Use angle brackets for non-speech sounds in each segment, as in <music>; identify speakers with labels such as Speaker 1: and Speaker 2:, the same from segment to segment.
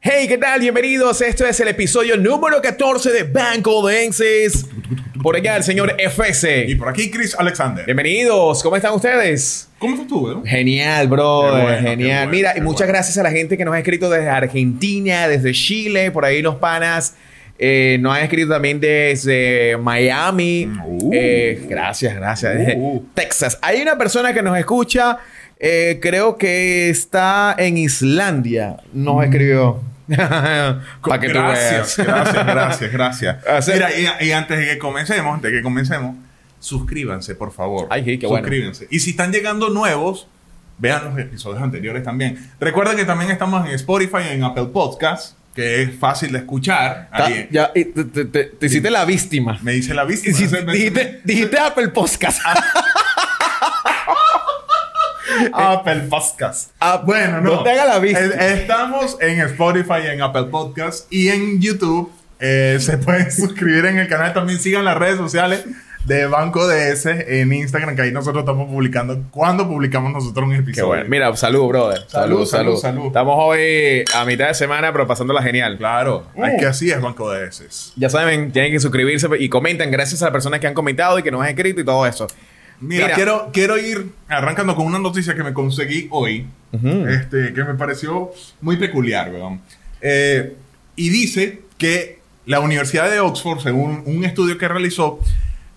Speaker 1: Hey, ¿qué tal? Bienvenidos. Esto es el episodio número 14 de Banco de Ences. Por allá el señor
Speaker 2: Y
Speaker 1: FS.
Speaker 2: por aquí Chris Alexander.
Speaker 1: Em- Bienvenidos. ¿Cómo están ustedes?
Speaker 2: ¿Cómo estás tú, weón?
Speaker 1: Genial, bro. eh,
Speaker 2: Qué bueno,
Speaker 1: Genial.
Speaker 2: qué bueno,
Speaker 1: Mira, y
Speaker 2: qué
Speaker 1: muchas
Speaker 2: bueno.
Speaker 1: gracias a la gente que nos ha escrito desde Argentina, desde Chile, por ahí los panas. Eh, nos han escrito también desde Miami.
Speaker 2: Uh.
Speaker 1: Eh, gracias, gracias. Desde
Speaker 2: Uh.
Speaker 1: Texas. Hay una persona que nos escucha, eh, creo que está en Islandia. Nos
Speaker 2: <laughs>
Speaker 1: escribió. <laughs> Para que tú
Speaker 2: Mm.
Speaker 1: veas.
Speaker 2: gracias, <laughs> gracias, gracias, gracias,
Speaker 1: Así-
Speaker 2: Mira, y, y antes de que comencemos, antes de que comencemos, suscríbanse, por favor.
Speaker 1: Ay, sí, qué bueno.
Speaker 2: suscríbanse. Y si están llegando nuevos, vean los episodios anteriores también. Recuerden que también estamos en Spotify y en Apple Podcast, que es fácil de escuchar.
Speaker 1: <laughs> Ta-
Speaker 2: Ahí,
Speaker 1: ya, y te, te- te- te hiciste la víctima.
Speaker 2: <laughs> me dice la vista.
Speaker 1: Hiciste- dijiste, dijiste Apple
Speaker 2: <laughs>
Speaker 1: Podcast.
Speaker 2: Apple Podcast.
Speaker 1: Ah,
Speaker 2: bueno, no.
Speaker 1: no te Eh, haga la vista.
Speaker 2: Eh, Estamos en Spotify, en Apple Podcast y en YouTube. Eh, se <laughs> pueden suscribir en el canal. También sigan las redes sociales de Banco DS en Instagram, que ahí nosotros estamos publicando cuando publicamos nosotros un
Speaker 1: Qué
Speaker 2: episodio.
Speaker 1: bueno. Mira, salud, brother. Salud, salud,
Speaker 2: Salud,
Speaker 1: salud,
Speaker 2: salud, salud.
Speaker 1: Estamos hoy a mitad de semana, pero pasándola genial.
Speaker 2: Claro,
Speaker 1: Mm.
Speaker 2: es que así es Banco DS.
Speaker 1: Ya saben, tienen que suscribirse y comentan. Gracias a las personas que han comentado y que nos han escrito y todo eso.
Speaker 2: Mira,
Speaker 1: Mira.
Speaker 2: Quiero, quiero ir arrancando con una noticia que me conseguí hoy,
Speaker 1: Ujú.
Speaker 2: este, que me pareció muy peculiar, weón. Eh, y dice que la Universidad de Oxford, según un estudio que realizó,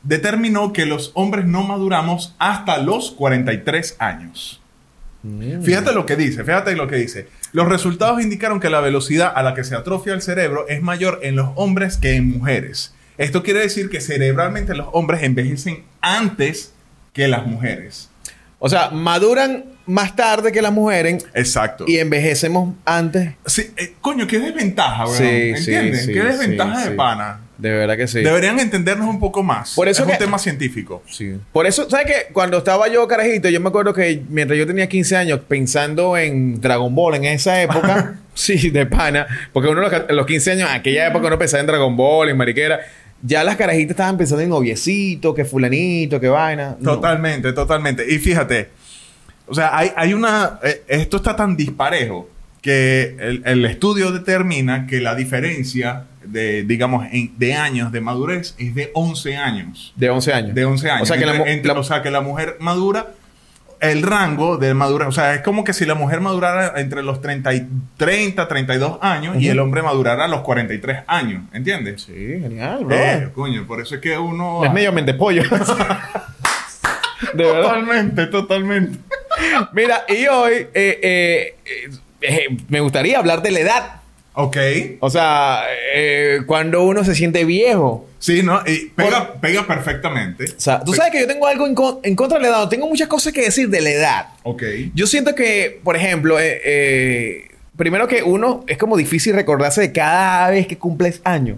Speaker 2: determinó que los hombres no maduramos hasta los 43 años. Fíjate lo que dice, fíjate lo que dice. Los resultados indicaron que la velocidad a la que se atrofia el cerebro es mayor en los hombres que en mujeres. Esto quiere decir que cerebralmente los hombres envejecen antes que las mujeres.
Speaker 1: O sea, maduran más tarde que las mujeres
Speaker 2: Exacto.
Speaker 1: y envejecemos antes.
Speaker 2: Sí, eh, coño, qué desventaja, weón. ¿Entiendes?
Speaker 1: sí,
Speaker 2: qué desventaja
Speaker 1: sí,
Speaker 2: de
Speaker 1: sí.
Speaker 2: pana.
Speaker 1: De verdad que sí.
Speaker 2: Deberían entendernos un poco más.
Speaker 1: Por eso
Speaker 2: es
Speaker 1: que-
Speaker 2: un tema científico.
Speaker 1: Sí. Por eso, ¿sabes qué? Cuando estaba yo carajito, yo me acuerdo que mientras yo tenía 15 años, pensando en Dragon Ball en esa época, <laughs> sí, de pana, porque uno a los, ca- a los 15 años, en aquella época uno pensaba en Dragon Ball, en Mariquera, ya las carajitas estaban pensando en noviecito, que fulanito, que vaina. No.
Speaker 2: Totalmente, totalmente. Y fíjate, o sea, hay, hay una. eh, esto está tan disparejo que el, el estudio determina que la diferencia de, digamos, en- de años de madurez es de 11 años.
Speaker 1: De 11 años.
Speaker 2: De 11 años.
Speaker 1: O sea, que la, mu-
Speaker 2: Entre- entre-
Speaker 1: la-
Speaker 2: o sea, que la mujer madura. El rango de madurez, o sea, es como que si la mujer madurara entre los 30, y- 30 32 años y
Speaker 1: Ujú.
Speaker 2: el hombre madurara a los 43 años, ¿entiendes?
Speaker 1: Sí, genial, bro.
Speaker 2: Eh, coño, por eso es que uno...
Speaker 1: es medio mente
Speaker 2: <laughs>
Speaker 1: pollo. de verdad.
Speaker 2: Totalmente, totalmente.
Speaker 1: Mira, y hoy eh, eh, eh, eh, me gustaría hablar de la edad.
Speaker 2: Ok.
Speaker 1: O sea, eh, cuando uno se siente viejo.
Speaker 2: Sí, ¿no? Y pega, pega perfectamente.
Speaker 1: O sea, tú
Speaker 2: Pe-
Speaker 1: sabes que yo tengo algo en, con- en contra de la edad. Tengo muchas cosas que decir de la edad.
Speaker 2: Ok.
Speaker 1: Yo siento que, por ejemplo, eh, eh, primero que uno es como difícil recordarse de cada vez que cumples año.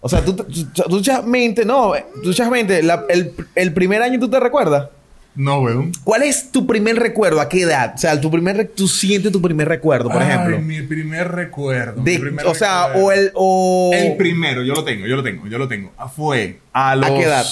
Speaker 1: O sea, tú, tú, tú- tú echas mente, no, eh, tú echas mente, la- el, el primer año tú te recuerdas.
Speaker 2: No, weón.
Speaker 1: ¿Cuál es tu primer recuerdo? ¿A qué edad? O sea, tu primer, re- tú sientes tu primer recuerdo, por ejemplo.
Speaker 2: Ay, mi primer recuerdo.
Speaker 1: De-
Speaker 2: mi primer
Speaker 1: o sea,
Speaker 2: recuerdo.
Speaker 1: o el... O...
Speaker 2: El primero, yo lo tengo, yo lo tengo, yo lo tengo. Ah, Fue a los...
Speaker 1: qué edad?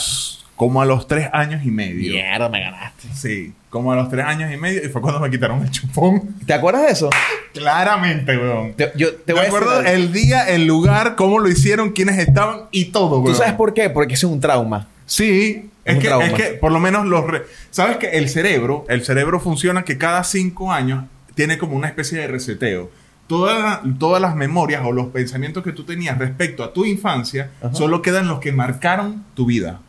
Speaker 2: Como a los tres años y medio.
Speaker 1: Mierda, me ganaste.
Speaker 2: Sí, como a los tres años y medio. Y fue cuando me quitaron el chupón.
Speaker 1: ¿Te acuerdas de eso?
Speaker 2: Claramente, weón.
Speaker 1: Te- yo te voy
Speaker 2: Me
Speaker 1: a decir
Speaker 2: acuerdo
Speaker 1: algo.
Speaker 2: el día, el lugar, cómo lo hicieron, quiénes estaban y todo,
Speaker 1: ¿Tú
Speaker 2: weón.
Speaker 1: sabes por qué? Porque eso es un trauma.
Speaker 2: Sí,
Speaker 1: Es
Speaker 2: es,
Speaker 1: un
Speaker 2: que,
Speaker 1: trauma.
Speaker 2: es que por lo menos los... re- ¿Sabes que el cerebro, el cerebro funciona que cada cinco años tiene como una especie de reseteo? Todas la- todas las memorias o los pensamientos que tú tenías respecto a tu infancia
Speaker 1: Ajá.
Speaker 2: solo quedan los que marcaron tu vida.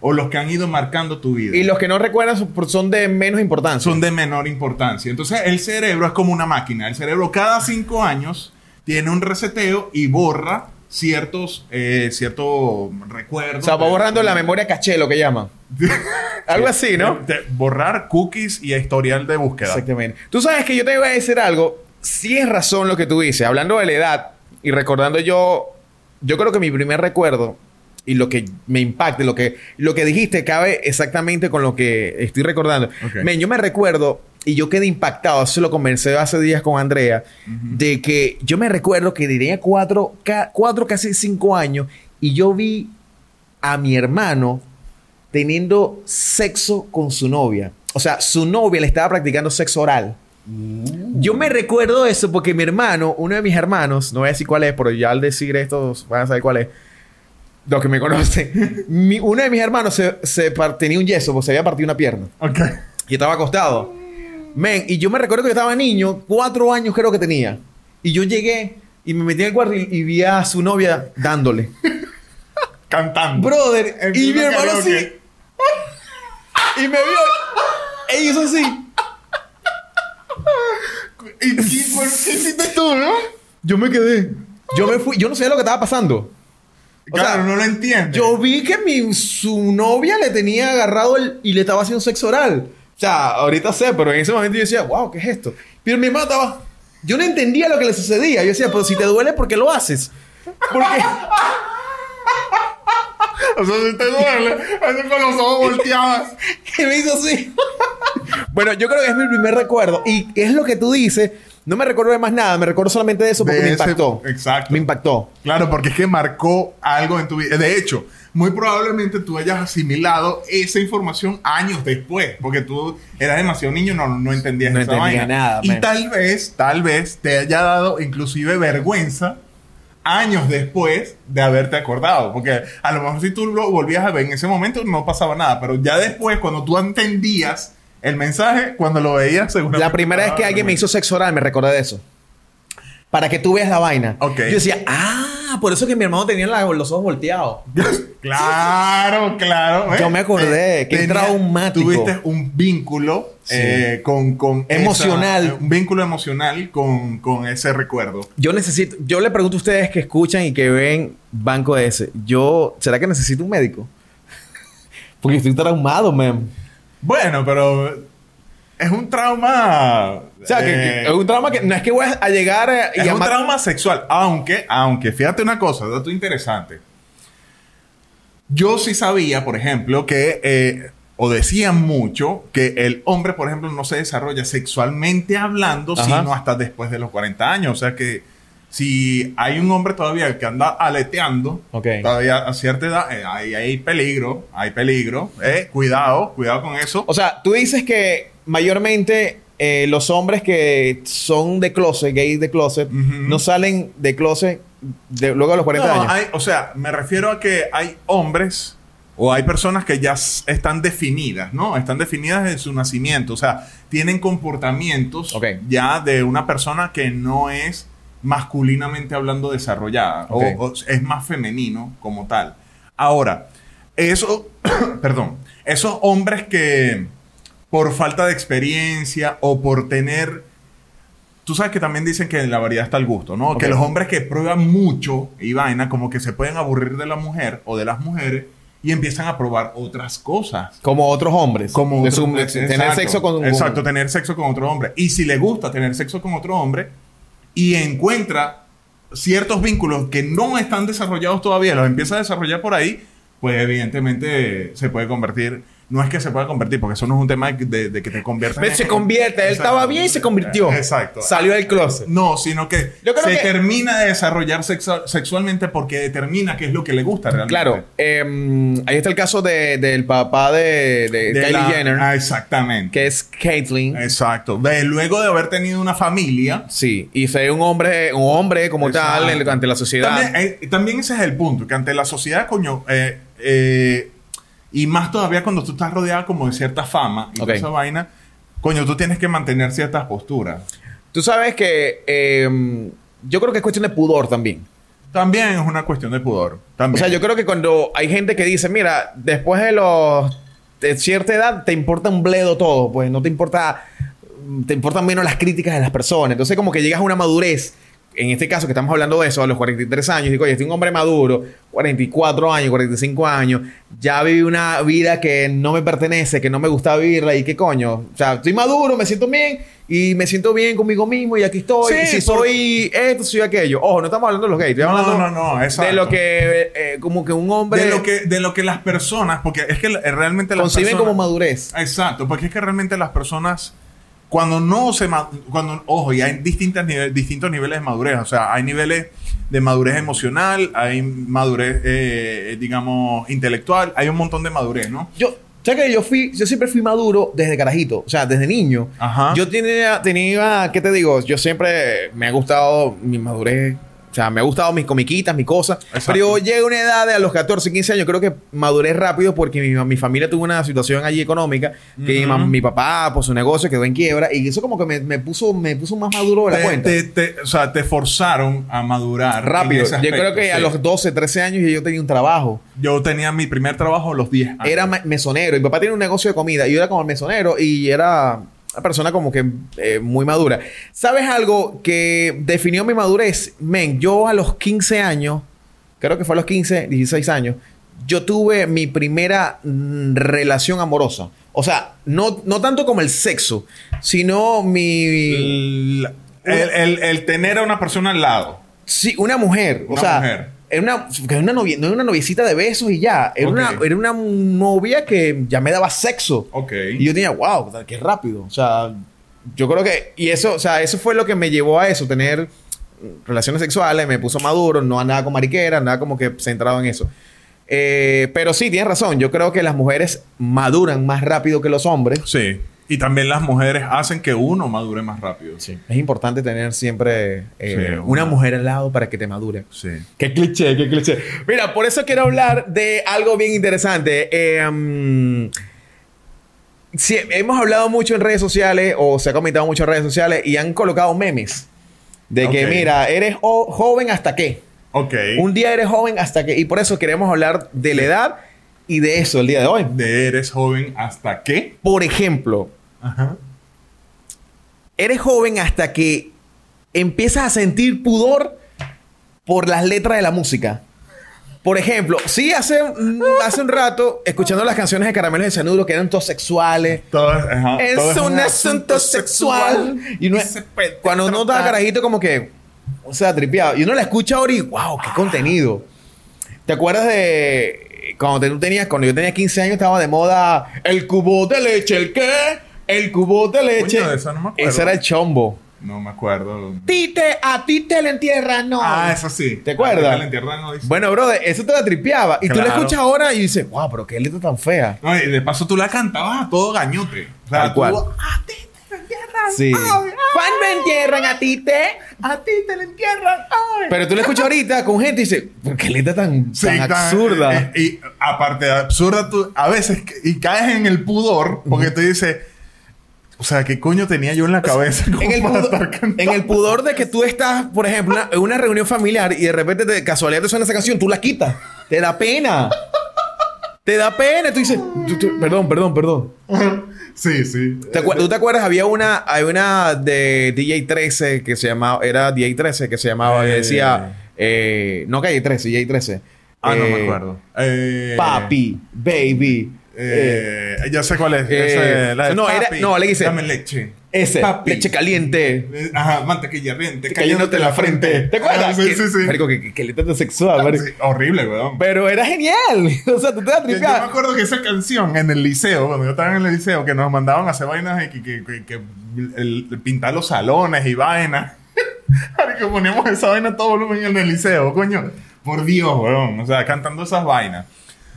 Speaker 2: O los que han ido marcando tu vida.
Speaker 1: Y los que no recuerdan son por- son de menos importancia.
Speaker 2: son de menor importancia. Entonces el cerebro es como una máquina. El cerebro cada cinco años tiene un reseteo y borra ciertos, eh, ciertos recuerdos.
Speaker 1: O sea, va borrando la memoria caché, lo que
Speaker 2: <laughs>
Speaker 1: llaman. Algo así, ¿no?
Speaker 2: De- de borrar cookies y historial de búsqueda.
Speaker 1: Exactamente. Tú sabes que yo te iba a decir algo. Si es razón lo que tú dices, hablando de la edad y recordando yo, yo creo que mi primer recuerdo y lo que me impacte, lo que, lo que dijiste cabe exactamente con lo que estoy recordando.
Speaker 2: Ok.
Speaker 1: Men, yo me recuerdo y yo quedé impactado, eso lo conversé hace días con Andrea, de que yo me recuerdo que tenía cuatro, ca- cuatro, casi cinco años y yo vi a mi hermano teniendo sexo con su novia. O sea, su novia le estaba practicando sexo oral.
Speaker 2: Mm.
Speaker 1: Yo me recuerdo eso porque mi hermano, uno de mis hermanos, no voy a decir cuál es, pero ya al decir esto van a saber cuál es. Los que me conocen. <laughs> Mi- uno de mis hermanos se, se par- tenía un yeso, porque se había partido una pierna.
Speaker 2: Ok.
Speaker 1: Y estaba acostado. Men, y yo me recuerdo que yo estaba niño, cuatro años creo que tenía. Y yo llegué y me metí en el cuarto y, y vi a su novia dándole.
Speaker 2: Cantando.
Speaker 1: Brother.
Speaker 2: En
Speaker 1: Y mi
Speaker 2: pleno
Speaker 1: hermano así.
Speaker 2: karaoke.
Speaker 1: Y me vio. E hizo así.
Speaker 2: ¿Y qué, por qué hiciste tú, no?
Speaker 1: Yo me quedé. Yo me fui. Yo no sabía lo que estaba pasando. O
Speaker 2: Claro,
Speaker 1: sea,
Speaker 2: no lo entiendes.
Speaker 1: Yo vi que mi, su novia le tenía agarrado el- y le estaba haciendo sexo oral. O sea, ahorita sé, pero en ese momento yo decía, wow, ¿qué es esto? Pero mi hermana estaba... Yo no entendía lo que le sucedía. Yo decía, pero si te duele, ¿por qué lo haces? Porque... <laughs>
Speaker 2: O sea, si te duele, así con los ojos volteados.
Speaker 1: que me hizo así. bueno, yo creo que es mi primer recuerdo. Y es lo que tú dices. No me recuerdo de más nada. Me recuerdo solamente de eso porque
Speaker 2: De
Speaker 1: me
Speaker 2: ese-
Speaker 1: impactó.
Speaker 2: exacto.
Speaker 1: Me impactó.
Speaker 2: Claro, porque es que marcó algo en tu vida. De hecho, muy probablemente tú hayas asimilado esa información años después, porque tú eras demasiado niño, no, no entendías
Speaker 1: No
Speaker 2: esa
Speaker 1: entendía
Speaker 2: vaina.
Speaker 1: nada,
Speaker 2: y
Speaker 1: man.
Speaker 2: tal vez, tal vez te haya dado inclusive vergüenza años después de haberte acordado, porque a lo mejor si tú lo volvías a ver en ese momento no pasaba nada, pero ya después cuando tú entendías el mensaje, cuando lo veías seguramente
Speaker 1: La primera vez
Speaker 2: te
Speaker 1: que
Speaker 2: daba
Speaker 1: alguien me
Speaker 2: vergüenza.
Speaker 1: hizo sexo oral, me recordé de eso. Para que tú veas la vaina.
Speaker 2: Ok.
Speaker 1: Yo decía, ah, por eso que mi hermano tenía la- los ojos volteados.
Speaker 2: Claro, claro. ¿ves?
Speaker 1: Yo me acordé,
Speaker 2: Eh,
Speaker 1: qué traumático.
Speaker 2: Tuviste un vínculo
Speaker 1: Sí.
Speaker 2: eh, con, con esa- eh,
Speaker 1: Emocional.
Speaker 2: un vínculo emocional con, con ese recuerdo.
Speaker 1: Yo necesito, yo le pregunto a ustedes que escuchan y que ven Banco de ese. Yo, ¿será que necesito un médico? <laughs> Porque estoy traumado, man.
Speaker 2: Bueno, pero es un trauma.
Speaker 1: O sea, que- que,
Speaker 2: eh,
Speaker 1: es un trauma que no es que voy a llegar eh, y
Speaker 2: es un
Speaker 1: amar-
Speaker 2: trauma sexual. Aunque, aunque, fíjate una cosa, dato interesante. Yo sí sabía, por ejemplo, que, eh, o decían mucho, que el hombre, por ejemplo, no se desarrolla sexualmente hablando,
Speaker 1: Ajá.
Speaker 2: sino hasta después de los 40 años. O sea que si hay un hombre todavía que anda aleteando,
Speaker 1: Ok.
Speaker 2: todavía a cierta edad, eh, hay, hay peligro, hay peligro. eh, cuidado, cuidado con eso.
Speaker 1: O sea, tú dices que mayormente eh, los hombres que son de closet, gays de closet, no salen de closet de- luego de los 40
Speaker 2: No,
Speaker 1: años.
Speaker 2: hay- o sea, me refiero a que hay hombres o hay personas que ya s- están definidas, ¿no? Están definidas desde su nacimiento. O sea, tienen comportamientos
Speaker 1: Ok.
Speaker 2: ya de una persona que no es masculinamente hablando desarrollada o-
Speaker 1: Ok.
Speaker 2: o, es más femenino como tal. Ahora, eso, perdón, esos hombres que por falta de experiencia o por tener Tú sabes que también dicen que en la variedad está el gusto, ¿no?
Speaker 1: Ok.
Speaker 2: Que los hombres que prueban mucho y vaina, como que se pueden aburrir de la mujer o de las mujeres y empiezan a probar otras cosas.
Speaker 1: Como otros hombres.
Speaker 2: Como
Speaker 1: De
Speaker 2: otro-
Speaker 1: su- de-
Speaker 2: exacto,
Speaker 1: tener sexo con con-
Speaker 2: Exacto, tener sexo con otro hombre. Y si le gusta tener sexo con otro hombre y encuentra ciertos vínculos que no están desarrollados todavía, los empieza a desarrollar por ahí, pues evidentemente se puede convertir. No es que se pueda convertir, porque eso no es un tema de, de que te conviertas.
Speaker 1: Pero
Speaker 2: en-
Speaker 1: se convierte. Él
Speaker 2: Exacto.
Speaker 1: estaba bien y se convirtió.
Speaker 2: Exacto.
Speaker 1: Salió del closet.
Speaker 2: No, sino que
Speaker 1: Yo creo
Speaker 2: se
Speaker 1: que-
Speaker 2: termina de desarrollar sexua- sexualmente porque determina qué es lo que le gusta realmente.
Speaker 1: Claro. em, ahí está el caso de- del papá de, de
Speaker 2: De
Speaker 1: Kylie
Speaker 2: la-
Speaker 1: Jenner,
Speaker 2: Ah, exactamente.
Speaker 1: que es Caitlyn.
Speaker 2: Exacto. De, luego de haber tenido una familia.
Speaker 1: Sí, y ser un hombre, un hombre como tal
Speaker 2: Exacto.
Speaker 1: en- ante la sociedad.
Speaker 2: También, eh, también ese es el punto, que ante la sociedad, coño, eh, eh, y más todavía cuando tú estás rodeado como de cierta fama y toda
Speaker 1: Ok.
Speaker 2: esa vaina, coño, tú tienes que mantener ciertas posturas.
Speaker 1: Tú sabes que em, yo creo que es cuestión de pudor también.
Speaker 2: También es una cuestión de pudor.
Speaker 1: O
Speaker 2: También.
Speaker 1: sea, yo creo que cuando hay gente que dice, mira, después de los de cierta edad te importa un bledo todo, pues no te importa, te importan menos las críticas de las personas. Entonces, como que llegas a una madurez, en este caso que estamos hablando de eso, a los 43 años, digo, oye, estoy un hombre maduro, 44 años, 45 años, ya viví una vida que no me pertenece, que no me gusta vivirla y qué coño. O sea, estoy maduro, me siento bien y me siento bien conmigo mismo y aquí estoy.
Speaker 2: Sí,
Speaker 1: y si
Speaker 2: por-
Speaker 1: soy esto, soy aquello. Ojo, no estamos hablando de los gays,
Speaker 2: No,
Speaker 1: estamos hablando
Speaker 2: no, no,
Speaker 1: de
Speaker 2: exacto.
Speaker 1: lo que eh, eh, como que un hombre
Speaker 2: de lo que de lo que las personas porque es que la- realmente las
Speaker 1: conciben
Speaker 2: personas-
Speaker 1: como madurez.
Speaker 2: Exacto, porque es que realmente las personas cuando no se ma- cuando ojo, y hay distintas nive- distintos niveles de madurez, o sea, hay niveles de madurez emocional, hay madurez eh, digamos intelectual, hay un montón de madurez, ¿no?
Speaker 1: Yo sea que yo fui, yo siempre fui maduro desde carajito, o sea, desde niño.
Speaker 2: Ajá.
Speaker 1: Yo tenía, tenía, ¿qué te digo? Yo siempre me ha gustado mi madurez. O sea, me ha gustado mis comiquitas, mis cosas.
Speaker 2: Exacto.
Speaker 1: Pero yo llegué a una edad de a los 14, 15 años, creo que maduré rápido porque mi, mi familia tuvo una situación allí económica que mi mam- mi, papá, por su negocio, quedó en quiebra y eso como que me, me puso me puso más maduro de la
Speaker 2: Te,
Speaker 1: cuenta.
Speaker 2: te, te- o sea, te forzaron a madurar. en
Speaker 1: rápido.
Speaker 2: ese
Speaker 1: Yo creo
Speaker 2: aspecto,
Speaker 1: que a
Speaker 2: sí.
Speaker 1: los 12, 13 años yo tenía un trabajo.
Speaker 2: Yo tenía mi primer trabajo a los 10 años.
Speaker 1: era ma- mesonero. Mi papá tiene un negocio de comida. y Yo era como el mesonero y era una persona como que eh, muy madura. ¿Sabes algo que definió mi madurez? Men, yo a los 15 años, creo que fue a los 15, 16 años, yo tuve mi primera mm, relación amorosa. O sea, no, no tanto como el sexo, sino mi...
Speaker 2: el, el, el- el tener a una persona al lado.
Speaker 1: Sí, una mujer.
Speaker 2: Una
Speaker 1: o sea,
Speaker 2: mujer.
Speaker 1: Era una, que era una novia, no era una noviecita de besos y ya. Era,
Speaker 2: Ok.
Speaker 1: una, era una novia que ya me daba sexo.
Speaker 2: Ok.
Speaker 1: Y yo tenía, wow, qué rápido. O sea, yo creo que. Y eso, o sea, eso fue lo que me llevó a eso, tener relaciones sexuales, me puso maduro, no andaba con mariquera, andaba como que centrado en eso. Eh, pero sí, tienes razón. Yo creo que las mujeres maduran más rápido que los hombres.
Speaker 2: Sí. Y también las mujeres hacen que uno madure más rápido.
Speaker 1: Es importante tener siempre eh,
Speaker 2: Sí,
Speaker 1: una
Speaker 2: una-
Speaker 1: mujer al lado para que te madure.
Speaker 2: Sí.
Speaker 1: Qué cliché, qué cliché. Mira, por eso quiero hablar de algo bien interesante. Eh, mm, sí, hemos hablado mucho en redes sociales o se ha comentado mucho en redes sociales y han colocado memes de que,
Speaker 2: Ok.
Speaker 1: mira, eres jo- joven hasta qué.
Speaker 2: Ok.
Speaker 1: Un día eres joven hasta qué. Y por eso queremos hablar de la edad y de eso el día de hoy.
Speaker 2: De eres joven hasta qué.
Speaker 1: Por ejemplo,
Speaker 2: Ajá.
Speaker 1: eres joven hasta que empiezas a sentir pudor por las letras de la música. Por ejemplo, sí, hace, mm, hace un rato, escuchando las canciones de Caramelos de Cianuro, que eran todos sexuales.
Speaker 2: Todo, ajá.
Speaker 1: Es
Speaker 2: Todo
Speaker 1: un asunto sexual. Y no es-
Speaker 2: se puede
Speaker 1: cuando uno está
Speaker 2: tratar.
Speaker 1: carajito, como que, o sea, tripeado. Y uno la escucha ahora y, wow, qué contenido. ¿Te acuerdas de cuando te- tú tenías, cuando yo tenía 15 años, estaba de moda el cubo de leche, el qué? El cubo de leche.
Speaker 2: de eso no me acuerdo.
Speaker 1: Ese era el chombo.
Speaker 2: No me acuerdo.
Speaker 1: Tite, a ti te la entierran, no.
Speaker 2: Ah, eso sí.
Speaker 1: ¿Te acuerdas?
Speaker 2: Ah, que la entierran, no dice.
Speaker 1: Bueno, brother, eso te la tripeaba. Y tú la
Speaker 2: Claro.
Speaker 1: escuchas ahora y dices, wow, pero qué letra tan fea.
Speaker 2: No, y de paso tú la cantabas a todo gañote. O sea,
Speaker 1: Tal cual.
Speaker 2: tú, ah, a ti te la entierran.
Speaker 1: Sí.
Speaker 2: ay,
Speaker 1: ¿Cuándo entierran a Tite?
Speaker 2: ay, a ti te la entierran. ay.
Speaker 1: Pero tú la escuchas ahorita con gente y dices, pero qué letra tan,
Speaker 2: Sí,
Speaker 1: tan
Speaker 2: tan-
Speaker 1: absurda.
Speaker 2: eh, Y, aparte de absurda, tú a veces c- y caes en el pudor porque tú dices, o sea, ¿qué coño tenía yo en la cabeza? como
Speaker 1: en, el
Speaker 2: para
Speaker 1: pudor,
Speaker 2: estar cantando?
Speaker 1: en el pudor de que tú estás, por ejemplo, una- en una reunión familiar y de repente de casualidad te suena esa canción, tú la quitas. Te da pena. Te da pena. Tú dices, tú- tú- perdón, perdón, perdón.
Speaker 2: Sí, sí.
Speaker 1: ¿Te acuer- ¿Tú te acuerdas? Había una, hay una de DJ 13 que se llamaba, era DJ 13 que se llamaba, y
Speaker 2: Eh.
Speaker 1: decía, eh, no Calle 13, DJ 13.
Speaker 2: Ah, no me
Speaker 1: Eh,
Speaker 2: acuerdo. Eh,
Speaker 1: Papi, baby. eh,
Speaker 2: eh, ya sé cuál es.
Speaker 1: eh,
Speaker 2: Esa es la de
Speaker 1: no, era-
Speaker 2: papi,
Speaker 1: no, le dice-
Speaker 2: Dame leche.
Speaker 1: ese,
Speaker 2: Papi.
Speaker 1: leche caliente.
Speaker 2: Eh, Ajá, mantequilla riente.
Speaker 1: Cayéndote en la frente. ¿Te acuerdas?
Speaker 2: Ah, sí,
Speaker 1: Que-
Speaker 2: sí, sí.
Speaker 1: marico, que, que, que letra tan sexual, marico.
Speaker 2: Sí, horrible, weón.
Speaker 1: Pero era genial. <laughs> o sea, tú te vas a
Speaker 2: Yo, yo me
Speaker 1: tripear.
Speaker 2: acuerdo que esa canción en el liceo, cuando yo estaba en el liceo, que nos mandaban a hacer vainas y que, que, que- que el- el pintar los salones y <laughs> vainas. Ahora que poníamos esa vaina a todo volumen en el liceo, coño. Por Dios, weón. O sea, cantando esas vainas.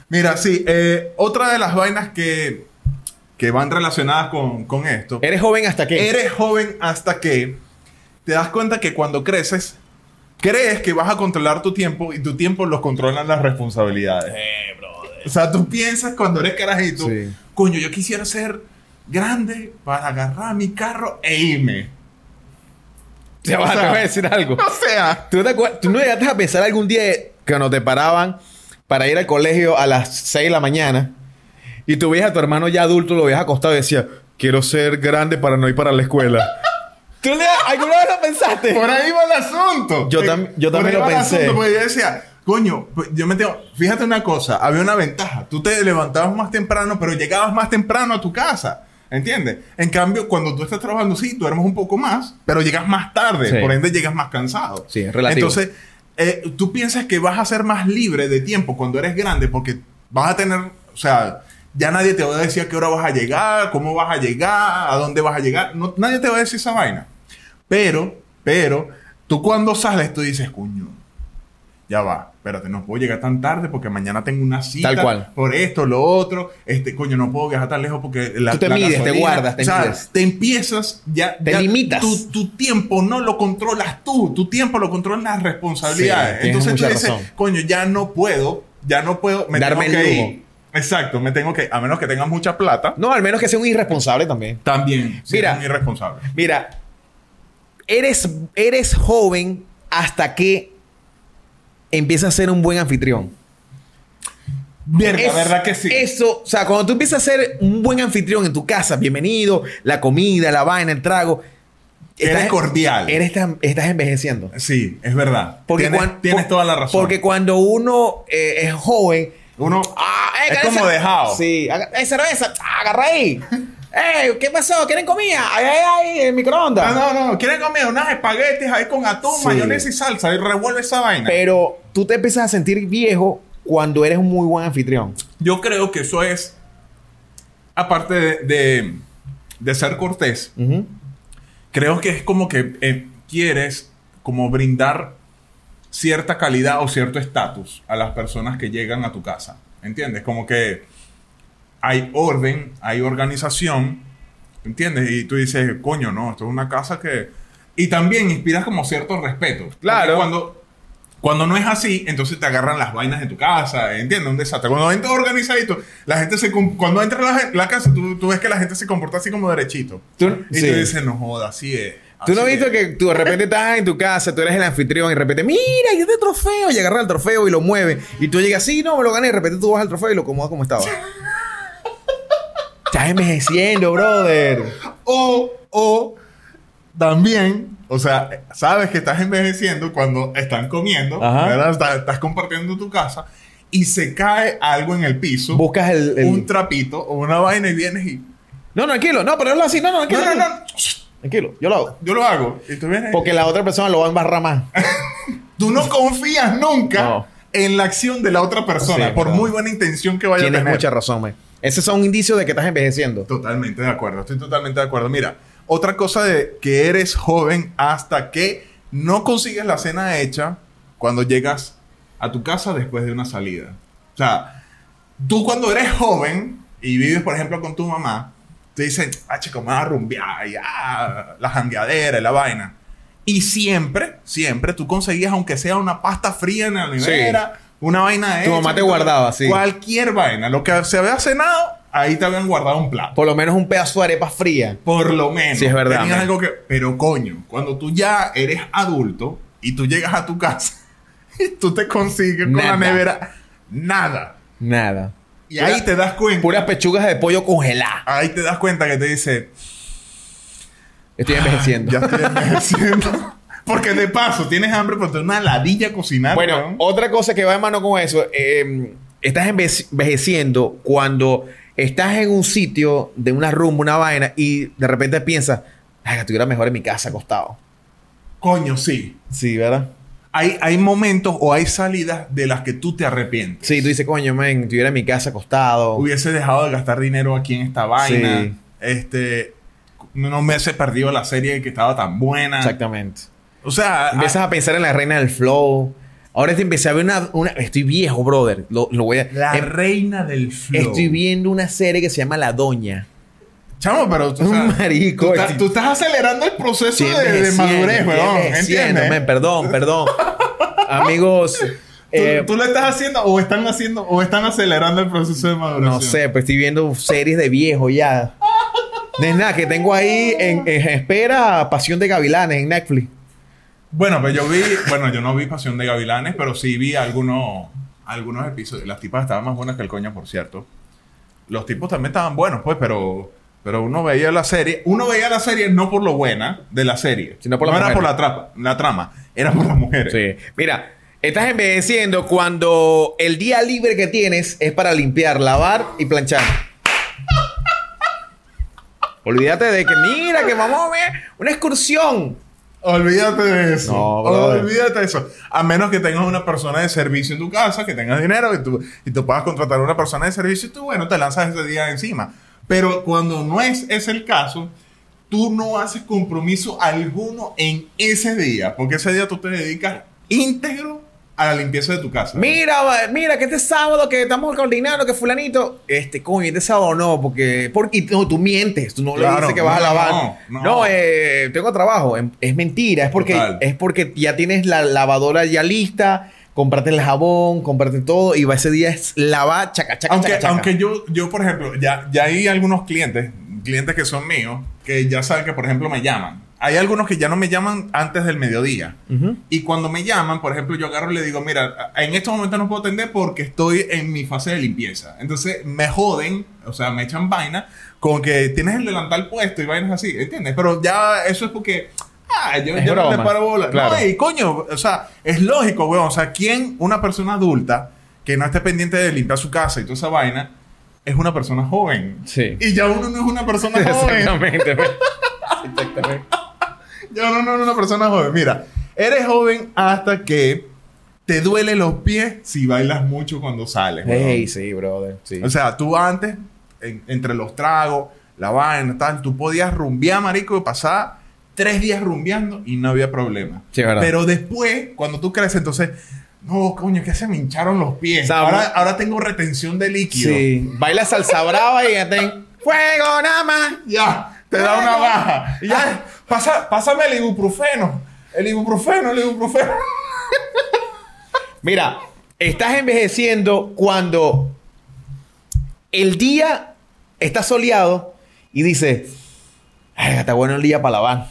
Speaker 2: Mira, sí, eh, otra de las vainas que, que van relacionadas con, con esto.
Speaker 1: Eres joven hasta que.
Speaker 2: Eres joven hasta que te das cuenta que cuando creces, crees que vas a controlar tu tiempo y tu tiempo los controlan las responsabilidades. O sea, tú piensas cuando eres carajito,
Speaker 1: Sí.
Speaker 2: coño, yo quisiera ser grande para agarrar mi carro e irme.
Speaker 1: Ya va,
Speaker 2: o sea-
Speaker 1: <laughs> te voy a decir algo.
Speaker 2: O sea,
Speaker 1: ¿Tú, te acuer- tú no llegaste a pensar algún día que nos te paraban para ir al colegio a las 6 de la mañana y tú veías a tu hermano ya adulto, lo veías acostado y decías, quiero ser grande para no ir para la escuela? <laughs> ¿Tú le- alguna vez lo pensaste?
Speaker 2: por ahí va el asunto.
Speaker 1: Yo tam- yo
Speaker 2: Por
Speaker 1: también lo
Speaker 2: ahí va el
Speaker 1: pensé.
Speaker 2: asunto, porque yo decía, coño, pues, yo me tengo. Fíjate una cosa, había una ventaja. Tú te levantabas más temprano, pero llegabas más temprano a tu casa. ¿Entiendes? En cambio, cuando tú estás trabajando, sí, duermes un poco más, pero llegas más tarde.
Speaker 1: Sí.
Speaker 2: Por ende, llegas más cansado.
Speaker 1: Sí, es relativo.
Speaker 2: Entonces, eh, tú piensas que vas a ser más libre de tiempo cuando eres grande porque vas a tener, o sea, ya nadie te va a decir a qué hora vas a llegar, cómo vas a llegar, a dónde vas a llegar. No, nadie te va a decir esa vaina. Pero, pero, tú cuando sales, tú dices, coño, ya va, espérate, no puedo llegar tan tarde porque mañana tengo una cita
Speaker 1: Tal cual.
Speaker 2: por esto, lo otro, este coño, no puedo viajar tan lejos porque la
Speaker 1: Tú te
Speaker 2: la
Speaker 1: mides, te guardas, te
Speaker 2: o sea,
Speaker 1: mides.
Speaker 2: te empiezas ya
Speaker 1: Te
Speaker 2: ya
Speaker 1: limitas.
Speaker 2: Tu, tu tiempo no lo controlas tú, tu tiempo lo controlan las responsabilidades.
Speaker 1: Sí, tienes
Speaker 2: Entonces tú
Speaker 1: mucha
Speaker 2: dices,
Speaker 1: razón.
Speaker 2: coño, ya no puedo, ya no puedo, me
Speaker 1: Darme
Speaker 2: tengo
Speaker 1: el
Speaker 2: que
Speaker 1: lujo.
Speaker 2: ir. Exacto, me tengo que a menos que tengas mucha plata,
Speaker 1: No, al menos que sea un irresponsable también.
Speaker 2: también si
Speaker 1: Mira.
Speaker 2: eres un irresponsable.
Speaker 1: Mira, eres, eres joven hasta que empiezas a ser un buen anfitrión.
Speaker 2: Verga,
Speaker 1: Es-
Speaker 2: verdad que sí.
Speaker 1: Eso, o sea, cuando tú empiezas a ser un buen anfitrión en tu casa, bienvenido, la comida, la vaina, el trago.
Speaker 2: Eres cordial.
Speaker 1: Eres, tan- estás envejeciendo.
Speaker 2: Sí, es verdad.
Speaker 1: Porque
Speaker 2: tienes
Speaker 1: cuan-
Speaker 2: tienes
Speaker 1: por-
Speaker 2: toda la razón.
Speaker 1: Porque cuando uno eh, es joven.
Speaker 2: uno
Speaker 1: ah, eh,
Speaker 2: es
Speaker 1: agarra
Speaker 2: como
Speaker 1: esa-
Speaker 2: dejado.
Speaker 1: Sí, haga- eh, cerveza, ah, agarra
Speaker 2: <laughs>
Speaker 1: ahí. ¡Ey! ¿Qué pasó? ¿Quieren comida? ¡Ay, ay, ay! En microondas.
Speaker 2: Ah, no, no, quieren comer unas espaguetis ahí con atún,
Speaker 1: Sí.
Speaker 2: mayonesa y salsa y revuelve esa vaina.
Speaker 1: Pero tú te empiezas a sentir viejo cuando eres un muy buen anfitrión.
Speaker 2: Yo creo que eso es, aparte de, de- de ser cortés,
Speaker 1: Ujú.
Speaker 2: creo que es como que eh, quieres como brindar cierta calidad o cierto estatus a las personas que llegan a tu casa. ¿Entiendes? Como que hay orden, hay organización, ¿entiendes? Y tú dices, coño, no, esto es una casa que... Y también inspiras como cierto respeto.
Speaker 1: Claro.
Speaker 2: Porque Cuando, cuando no es así, entonces te agarran las vainas de tu casa, ¿entiendes? Un desastre. Cuando entras organizadito, la gente se... com- Cuando entras a la, gen- la casa, tú, tú ves que la gente se comporta así como derechito.
Speaker 1: Tú-
Speaker 2: y
Speaker 1: sí.
Speaker 2: tú dices, no joda, así es.
Speaker 1: Tú no has
Speaker 2: así
Speaker 1: visto
Speaker 2: es".
Speaker 1: que tú de repente estás en tu casa, tú eres el anfitrión y de repente, mira, yo te trofeo y agarra el trofeo y lo mueve. Y tú llegas, sí, no, me lo gané. Y de repente tú vas al trofeo y lo acomodas como
Speaker 2: <laughs>
Speaker 1: estaba. Estás envejeciendo, brother.
Speaker 2: O, o también, o sea, sabes que estás envejeciendo cuando están comiendo,
Speaker 1: Ajá.
Speaker 2: ¿verdad? Está- Estás, compartiendo tu casa y se cae algo en el piso,
Speaker 1: Buscas el. el-
Speaker 2: un trapito o una vaina y vienes y.
Speaker 1: No, tranquilo, no, pero hazlo así, no, no,
Speaker 2: No,
Speaker 1: tranquilo.
Speaker 2: no, no,
Speaker 1: Tranquilo, yo lo hago.
Speaker 2: yo lo hago. Y tú vienes. y-
Speaker 1: Porque la otra persona lo va a embarrar más.
Speaker 2: Tú no confías nunca
Speaker 1: No.
Speaker 2: en la acción de la otra persona,
Speaker 1: Sí,
Speaker 2: por
Speaker 1: verdad.
Speaker 2: muy buena intención que vaya a
Speaker 1: Tienes
Speaker 2: tener.
Speaker 1: mucha razón, man. Ese es un indicio de que estás envejeciendo.
Speaker 2: Totalmente de acuerdo, estoy totalmente de acuerdo. Mira, otra cosa de que eres joven hasta que no consigues la cena hecha cuando llegas a tu casa después de una salida. O sea, tú cuando eres joven y vives, por ejemplo, con tu mamá, te dicen, ah, chico, me vas a rumbear, y, ah, la jangueadera, y la vaina. Y siempre, siempre tú conseguías, aunque sea una pasta fría en la nevera, una vaina de
Speaker 1: Tu mamá te guardaba, sí.
Speaker 2: Cualquier vaina. Lo que se había cenado, ahí te habían guardado un plato.
Speaker 1: Por lo menos un pedazo de arepa fría.
Speaker 2: Por lo menos.
Speaker 1: Sí, es verdad,
Speaker 2: Tenías
Speaker 1: man.
Speaker 2: algo que... Pero coño, cuando tú ya eres adulto y tú llegas a tu casa <laughs> y tú te consigues
Speaker 1: Nada.
Speaker 2: con la nevera nada.
Speaker 1: Nada.
Speaker 2: Y
Speaker 1: Pura-
Speaker 2: ahí te das cuenta.
Speaker 1: Puras pechugas de pollo congeladas.
Speaker 2: Ahí te das cuenta que te dice,
Speaker 1: Estoy envejeciendo.
Speaker 2: Ah, ya estoy envejeciendo. <laughs> Porque de paso, tienes hambre porque te da una ladilla cocinar.
Speaker 1: Bueno,
Speaker 2: weón.
Speaker 1: otra cosa que va de mano con eso, eh, estás enveje- envejeciendo cuando estás en un sitio de una rumba, una vaina, y de repente piensas, ay, que estuviera mejor en mi casa acostado.
Speaker 2: coño, sí.
Speaker 1: Sí, ¿verdad?
Speaker 2: Hay, hay momentos o hay salidas de las que tú te arrepientes.
Speaker 1: Sí, tú dices, coño, man, estuviera en mi casa acostado.
Speaker 2: hubiese dejado de gastar dinero aquí en esta vaina.
Speaker 1: Sí.
Speaker 2: Este, no me hubiese perdido la serie que estaba tan buena.
Speaker 1: Exactamente.
Speaker 2: O sea,
Speaker 1: Empiezas
Speaker 2: a-
Speaker 1: a pensar en la reina del flow. Ahora te empecé a ver una... una- Estoy viejo, brother. Lo, lo voy a...
Speaker 2: la
Speaker 1: Em-
Speaker 2: reina del flow.
Speaker 1: Estoy viendo una serie que se llama La Doña.
Speaker 2: Chamo, pero tú,
Speaker 1: <laughs> Un marico,
Speaker 2: tú, estás,
Speaker 1: estoy-
Speaker 2: tú estás acelerando el proceso
Speaker 1: Estoy
Speaker 2: de, de
Speaker 1: envejeciendo,
Speaker 2: madurez,
Speaker 1: estoy
Speaker 2: weón.
Speaker 1: envejeciendo,
Speaker 2: ¿Entiendes?
Speaker 1: man. Perdón, perdón. Amigos...
Speaker 2: Tú,
Speaker 1: eh,
Speaker 2: tú lo estás haciendo o están haciendo o están acelerando el proceso de maduración.
Speaker 1: No sé, pues estoy viendo series de viejo ya. No es nada, que tengo ahí en, en espera Pasión de Gavilanes en Netflix.
Speaker 2: Bueno, pues yo vi, bueno, yo no vi Pasión de Gavilanes, pero sí vi algunos, algunos episodios. Las tipas estaban más buenas que el coño, por cierto. Los tipos también estaban buenos, pues, pero, pero uno veía la serie. Uno veía la serie no por lo buena de la serie,
Speaker 1: Sino por
Speaker 2: no
Speaker 1: las
Speaker 2: era por la,
Speaker 1: mujeres.
Speaker 2: trapa, la trama, era por las mujeres.
Speaker 1: Sí. Mira, estás envejeciendo cuando el día libre que tienes es para limpiar, lavar y planchar. Olvídate de que, mira, que vamos a ver una excursión.
Speaker 2: Olvídate de eso.
Speaker 1: No, brother.
Speaker 2: Olvídate de eso. A menos que tengas una persona de servicio en tu casa, que tengas dinero y tú, y tú puedas contratar a una persona de servicio y tú, bueno, te lanzas ese día encima. Pero cuando no es, es el caso, tú no haces compromiso alguno en ese día, porque ese día tú te dedicas íntegro a la limpieza de tu casa.
Speaker 1: Mira, va- mira, que este sábado que estamos coordinando, que fulanito. Este, coño, este sábado no, porque. porque y no, tú mientes, tú no le
Speaker 2: Claro,
Speaker 1: dices que vas a
Speaker 2: no,
Speaker 1: lavar. No,
Speaker 2: no, no.
Speaker 1: eh, tengo trabajo. em- Es mentira, es porque,
Speaker 2: Total.
Speaker 1: es porque ya tienes la lavadora ya lista, comprate el jabón, comprate todo, y va ese día es lavar, chaca, chaca,
Speaker 2: aunque,
Speaker 1: chaca, chaca.
Speaker 2: aunque yo, yo, por ejemplo, ya, ya hay algunos clientes, clientes que son míos, que ya saben que, por ejemplo, me llaman. Hay algunos que ya no me llaman antes del mediodía.
Speaker 1: Ujú.
Speaker 2: Y cuando me llaman, por ejemplo, yo agarro y le digo, mira, en estos momentos no puedo atender porque estoy en mi fase de limpieza. Entonces me joden, o sea, me echan vaina con que tienes el delantal puesto y vainas así, ¿entiendes? Pero ya eso es porque... Ah, yo,
Speaker 1: Es
Speaker 2: yo no te
Speaker 1: broma,
Speaker 2: paro bola.
Speaker 1: claro.
Speaker 2: No, y coño, o sea, es lógico, weón. O sea, ¿quién, una persona adulta que no esté pendiente de limpiar su casa y toda esa vaina, es una persona joven?
Speaker 1: Sí.
Speaker 2: Y ya uno <laughs> no es una persona joven.
Speaker 1: <laughs> Exactamente. <laughs> Exactamente.
Speaker 2: Yo no, no, no, una persona joven. Mira, eres joven hasta que te duele los pies si bailas mucho cuando sales. weón.
Speaker 1: Ey, sí, brother. Sí.
Speaker 2: O sea, tú antes, en- entre los tragos, la vaina, tal, tú podías rumbear, marico, y pasar tres días rumbeando y no había problema.
Speaker 1: Sí, es verdad.
Speaker 2: Pero después, cuando tú creces, entonces, no, coño, que se me hincharon los pies.
Speaker 1: O sea,
Speaker 2: ahora,
Speaker 1: mu-
Speaker 2: ahora tengo retención de líquido.
Speaker 1: Sí. Baila salsa brava y ya ten. ¡Fuego, nada más!
Speaker 2: Ya, te da una baja. Y ya, pasa, pásame el ibuprofeno. El ibuprofeno, el ibuprofeno.
Speaker 1: Mira, estás envejeciendo cuando el día está soleado y dices, "Ay, está bueno el día para lavar.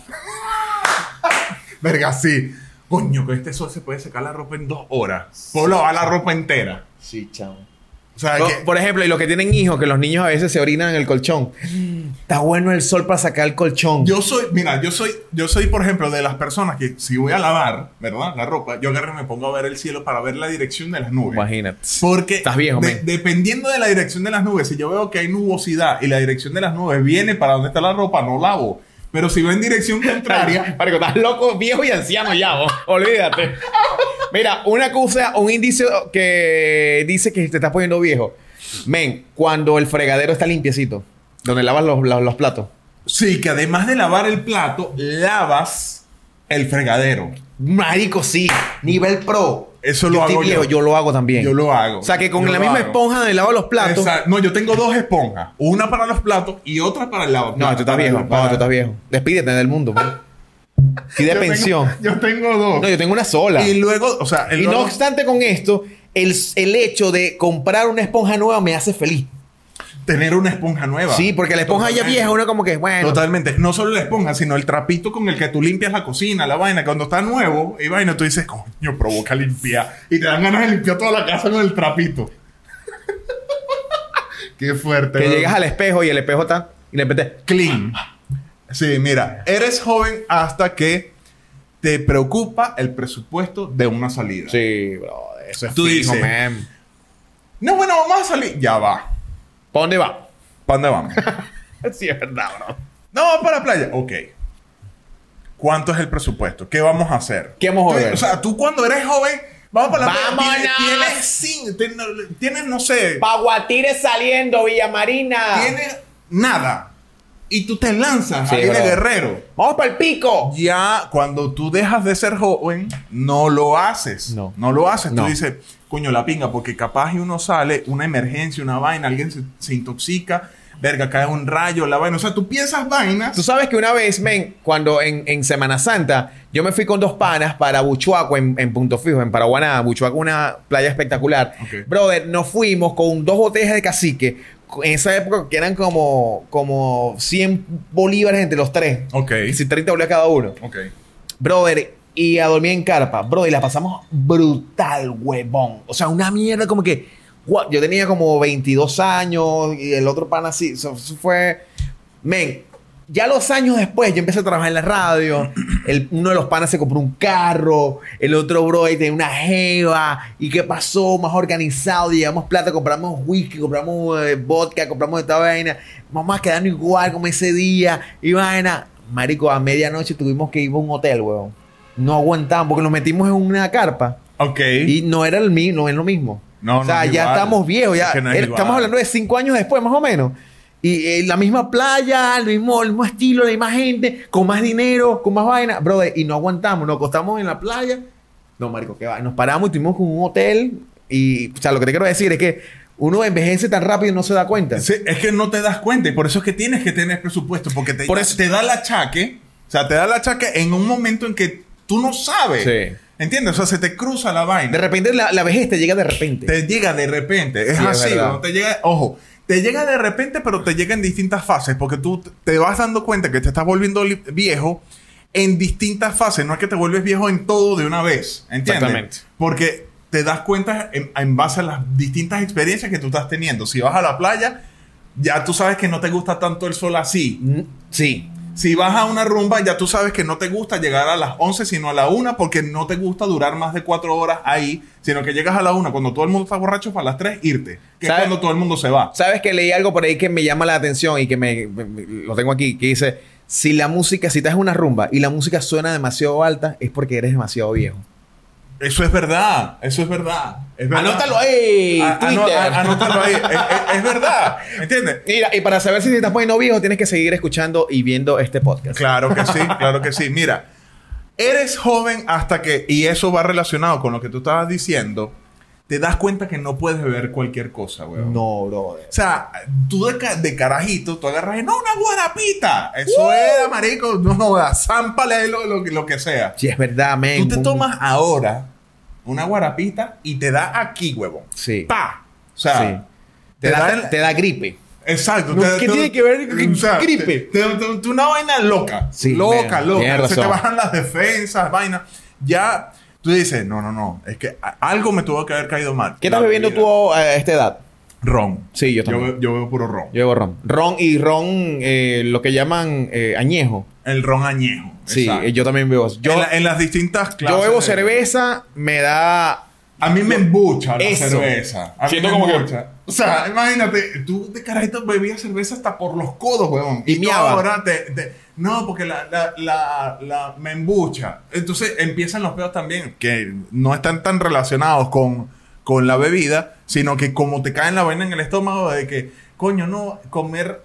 Speaker 2: Verga, sí. Coño, que este sol se puede secar la ropa en dos horas. Puedo lavar la ropa entera.
Speaker 1: Sí, chamo.
Speaker 2: O sea, que...
Speaker 1: Por ejemplo, y los que tienen hijos, que los niños a veces se orinan en el colchón. Está bueno el sol para sacar el colchón.
Speaker 2: Yo soy, mira, yo soy, yo soy, por ejemplo, de las personas que si voy a lavar, ¿verdad? La ropa, yo agarro y me pongo a ver el cielo para ver la dirección de las nubes.
Speaker 1: Imagínate.
Speaker 2: Porque
Speaker 1: Estás viejo,
Speaker 2: de-
Speaker 1: men.
Speaker 2: dependiendo de la dirección de las nubes, si yo veo que hay nubosidad y la dirección de las nubes viene para donde está la ropa, no lavo. Pero si va en
Speaker 1: <laughs>
Speaker 2: dirección contraria,
Speaker 1: Marico, estás loco, viejo y anciano ya, vos. Olvídate. Mira, una cosa, un indicio que dice que te estás poniendo viejo. Men, cuando el fregadero está limpiecito, donde lavas los, los- los platos.
Speaker 2: sí, que además de lavar el plato, lavas el fregadero.
Speaker 1: Marico, sí. Nivel pro.
Speaker 2: Eso lo
Speaker 1: Yo estoy
Speaker 2: hago
Speaker 1: viejo,
Speaker 2: yo.
Speaker 1: yo lo hago también.
Speaker 2: Yo lo hago.
Speaker 1: O sea, que con
Speaker 2: Yo
Speaker 1: la
Speaker 2: lo
Speaker 1: misma
Speaker 2: hago.
Speaker 1: esponja de lavo los platos.
Speaker 2: Exacto. No, yo tengo dos esponjas. Una para los platos y otra para el lavabo.
Speaker 1: No, tú estás viejo. No, tú estás viejo. Despídete del mundo,
Speaker 2: <laughs>
Speaker 1: man. Y de pensión.
Speaker 2: yo tengo dos.
Speaker 1: No, yo tengo una sola.
Speaker 2: Y luego, o sea, el
Speaker 1: Y no
Speaker 2: luego-
Speaker 1: obstante con esto, el, el hecho de comprar una esponja nueva me hace feliz.
Speaker 2: tener una esponja nueva.
Speaker 1: Sí, porque la esponja ya
Speaker 2: Ah, Totalmente.
Speaker 1: vieja, uno como que, bueno.
Speaker 2: Totalmente. No solo la esponja, sino el trapito con el que tú limpias la cocina, la vaina. Cuando está nuevo y vaina, tú dices, coño, provoca limpiar. Y te dan ganas de limpiar toda la casa con el trapito. <laughs> Qué fuerte.
Speaker 1: Que
Speaker 2: ¿no?
Speaker 1: llegas al espejo y el espejo está. Y de repente.
Speaker 2: Clean. Sí, mira, eres joven hasta que te preocupa el presupuesto de una salida.
Speaker 1: Sí, bro, eso es
Speaker 2: Tú
Speaker 1: fijo,
Speaker 2: dices.
Speaker 1: man.
Speaker 2: No, bueno, vamos a salir. Ya va.
Speaker 1: ¿Para dónde va?
Speaker 2: ¿Para dónde
Speaker 1: <laughs>
Speaker 2: vamos?
Speaker 1: sí, es verdad, bro.
Speaker 2: no, para la playa. Ok. ¿Cuánto es el presupuesto? ¿Qué vamos a hacer?
Speaker 1: ¿Qué vamos a
Speaker 2: Tú-
Speaker 1: ver?
Speaker 2: O sea, tú cuando eres joven, vamos para la playa.
Speaker 1: ¡Vámonos!
Speaker 2: Tienes, tienes, sin- ten- no- tienes, no sé,
Speaker 1: Paguatire saliendo, Villa Marina.
Speaker 2: tienes nada. Y tú te lanzas
Speaker 1: Sí,
Speaker 2: a ir de
Speaker 1: bro.
Speaker 2: guerrero.
Speaker 1: Vamos para el pico.
Speaker 2: Ya cuando tú dejas de ser joven, no lo haces.
Speaker 1: No.
Speaker 2: lo haces.
Speaker 1: No.
Speaker 2: Tú dices, coño, la pinga, porque capaz y uno sale, una emergencia, una vaina, alguien se, se intoxica, verga, cae un rayo, la vaina. O sea, tú piensas vainas.
Speaker 1: Tú sabes que una vez, men, cuando en, en Semana Santa, yo me fui con dos panas para Buchuaco en, en Punto Fijo, en Paraguaná. Buchuaco, una playa espectacular.
Speaker 2: Ok.
Speaker 1: Brother, nos fuimos con dos botellas de cacique. En esa época que eran como, como 100 bolívares entre los tres.
Speaker 2: Ok.
Speaker 1: Y si 30 bolívares cada uno.
Speaker 2: Ok.
Speaker 1: Brother, y a dormir en carpa. Brother, y la pasamos brutal, huevón. O sea, una mierda como que... what, Yo tenía como 22 años y el otro pan así. Eso, eso fue... Men, ya los años después yo empecé a trabajar en la radio. El- uno de los panas se compró un carro. El otro bro ahí tenía una jeva. ¿Y qué pasó? Más organizado. Llevamos plata, compramos whisky, compramos eh, vodka, compramos esta vaina. Vamos a quedarnos igual como ese día. Y vaina. Marico, a medianoche tuvimos que ir a un hotel, weón. No aguantamos porque nos metimos en una carpa.
Speaker 2: Ok.
Speaker 1: Y no era el mismo, no es lo mismo.
Speaker 2: No,
Speaker 1: o sea,
Speaker 2: no es
Speaker 1: ya
Speaker 2: igual.
Speaker 1: estamos viejos, ya
Speaker 2: Es que no es
Speaker 1: er-
Speaker 2: igual.
Speaker 1: estamos hablando de cinco años después, más o menos. Y eh, la misma playa, el mismo, el mismo estilo, la misma gente, con más dinero, con más vaina, brother. Y no aguantamos, nos acostamos en la playa No, marico, que va. Nos paramos y tuvimos con un hotel. Y, o sea, lo que te quiero decir es que uno envejece tan rápido y no se da cuenta.
Speaker 2: Sí, es que no te das cuenta y por eso es que tienes que tener presupuesto, porque te,
Speaker 1: Por eso-
Speaker 2: te da el achaque, o sea, te da el achaque en un momento en que tú no sabes.
Speaker 1: Sí.
Speaker 2: ¿Entiendes? O sea, se te cruza la
Speaker 1: De
Speaker 2: vaina.
Speaker 1: repente la, la vejez te llega de repente.
Speaker 2: Te llega de repente. Es
Speaker 1: Sí, es
Speaker 2: así,
Speaker 1: verdad.
Speaker 2: ¿no? Te llega, ojo, te llega de repente, pero te llega en distintas fases, porque tú te vas dando cuenta que te estás volviendo li- viejo en distintas fases. No es que te vuelves viejo en todo de una vez. ¿Entiendes?
Speaker 1: Exactamente.
Speaker 2: Porque te das cuenta en, en base a las distintas experiencias que tú estás teniendo. Si vas a la playa, ya tú sabes que no te gusta tanto el sol así.
Speaker 1: Mm, Sí.
Speaker 2: Si vas a una rumba, ya tú sabes que no te gusta llegar a las 11, sino a la 1, porque no te gusta durar más de 4 horas ahí, sino que llegas a la 1 cuando todo el mundo está borracho para las 3 irte, que
Speaker 1: ¿Sabes?
Speaker 2: es cuando todo el mundo se va.
Speaker 1: ¿Sabes que leí algo por ahí que me llama la atención y que me, me- me- lo tengo aquí? Que dice, si la música, si estás en una rumba y la música suena demasiado alta, es porque eres demasiado viejo.
Speaker 2: Eso es verdad, eso es verdad. Es verdad.
Speaker 1: Anótalo ahí,
Speaker 2: A- ano-
Speaker 1: Twitter.
Speaker 2: a- anótalo ahí. Es, es- es verdad, ¿entiendes?
Speaker 1: Mira, y para saber si te estás poniendo viejo, tienes que seguir escuchando y viendo este podcast.
Speaker 2: Claro que sí, claro que sí. Mira, eres joven hasta que, y eso va relacionado con lo que tú estabas diciendo, te das cuenta que no puedes beber cualquier cosa, weón.
Speaker 1: No, brother.
Speaker 2: O sea, tú de, ca- de carajito, tú agarras y no, una guarapita. Eso
Speaker 1: Uh.
Speaker 2: era, marico, no jodas, zámpale lo, lo, lo que sea.
Speaker 1: Sí, es verdad, men.
Speaker 2: Tú te
Speaker 1: Un-
Speaker 2: tomas ahora una guarapita y te da aquí, huevón.
Speaker 1: Sí.
Speaker 2: ¡Pa! O sea,
Speaker 1: Sí. Te, da,
Speaker 2: el-
Speaker 1: te da gripe.
Speaker 2: Exacto.
Speaker 1: No, ¿qué tiene que ver con gripe?
Speaker 2: te- te- te- te- una vaina loca.
Speaker 1: Sí,
Speaker 2: loca,
Speaker 1: man,
Speaker 2: loca.
Speaker 1: tienes
Speaker 2: Se te
Speaker 1: razón.
Speaker 2: bajan las defensas, vaina. Ya tú dices, no, no, no. Es que a- algo me tuvo que haber caído mal.
Speaker 1: ¿Qué estás
Speaker 2: La
Speaker 1: bebiendo
Speaker 2: bebida.
Speaker 1: tú eh, a esta edad?
Speaker 2: Ron.
Speaker 1: Sí, yo también.
Speaker 2: Yo, be- yo bebo puro ron.
Speaker 1: Yo bebo ron. Ron y ron, eh, lo que llaman eh, añejo.
Speaker 2: El ron añejo.
Speaker 1: Sí,
Speaker 2: exacto.
Speaker 1: eh, yo también bebo. eso. Yo,
Speaker 2: en, la- en las distintas clases.
Speaker 1: yo bebo
Speaker 2: de-
Speaker 1: cerveza, me da...
Speaker 2: A mí me embucha la
Speaker 1: Eso.
Speaker 2: cerveza. A mí
Speaker 1: Siento
Speaker 2: me
Speaker 1: como que-
Speaker 2: embucha. O sea, imagínate, tú de carajito bebías cerveza hasta por los codos, weón.
Speaker 1: Y
Speaker 2: tú
Speaker 1: miaba.
Speaker 2: ahora te, te- No, porque la, la, la, la- me embucha. Entonces empiezan los pedos también, que no están tan relacionados con, con la bebida, sino que como te caen la vaina en el estómago de que, coño, no, comer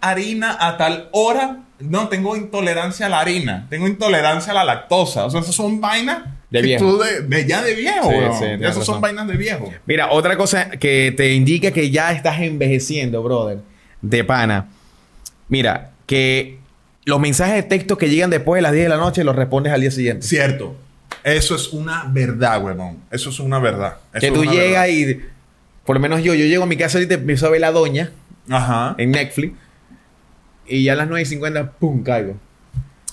Speaker 2: harina a tal hora. No, tengo intolerancia a la harina. Tengo intolerancia a la lactosa. O sea, esas son vainas
Speaker 1: De
Speaker 2: que
Speaker 1: viejo.
Speaker 2: tú de, de- ya de viejo,
Speaker 1: Sí,
Speaker 2: weón.
Speaker 1: sí, tienes
Speaker 2: Esas
Speaker 1: razón.
Speaker 2: Ah, son vainas de viejo.
Speaker 1: Mira, otra cosa que te indica que ya estás envejeciendo, brother. De pana. Mira, que los mensajes de texto que llegan después de las 10 de la noche los respondes al día siguiente.
Speaker 2: Cierto. Eso es una verdad, weón. Eso es una verdad. Eso
Speaker 1: que
Speaker 2: es
Speaker 1: tú
Speaker 2: una
Speaker 1: llegas y... Por lo menos yo, yo llego a mi casa y te empiezo a ver la doña.
Speaker 2: verdad. Ajá.
Speaker 1: en Netflix. Y ya a las 9 y 50, pum, caigo.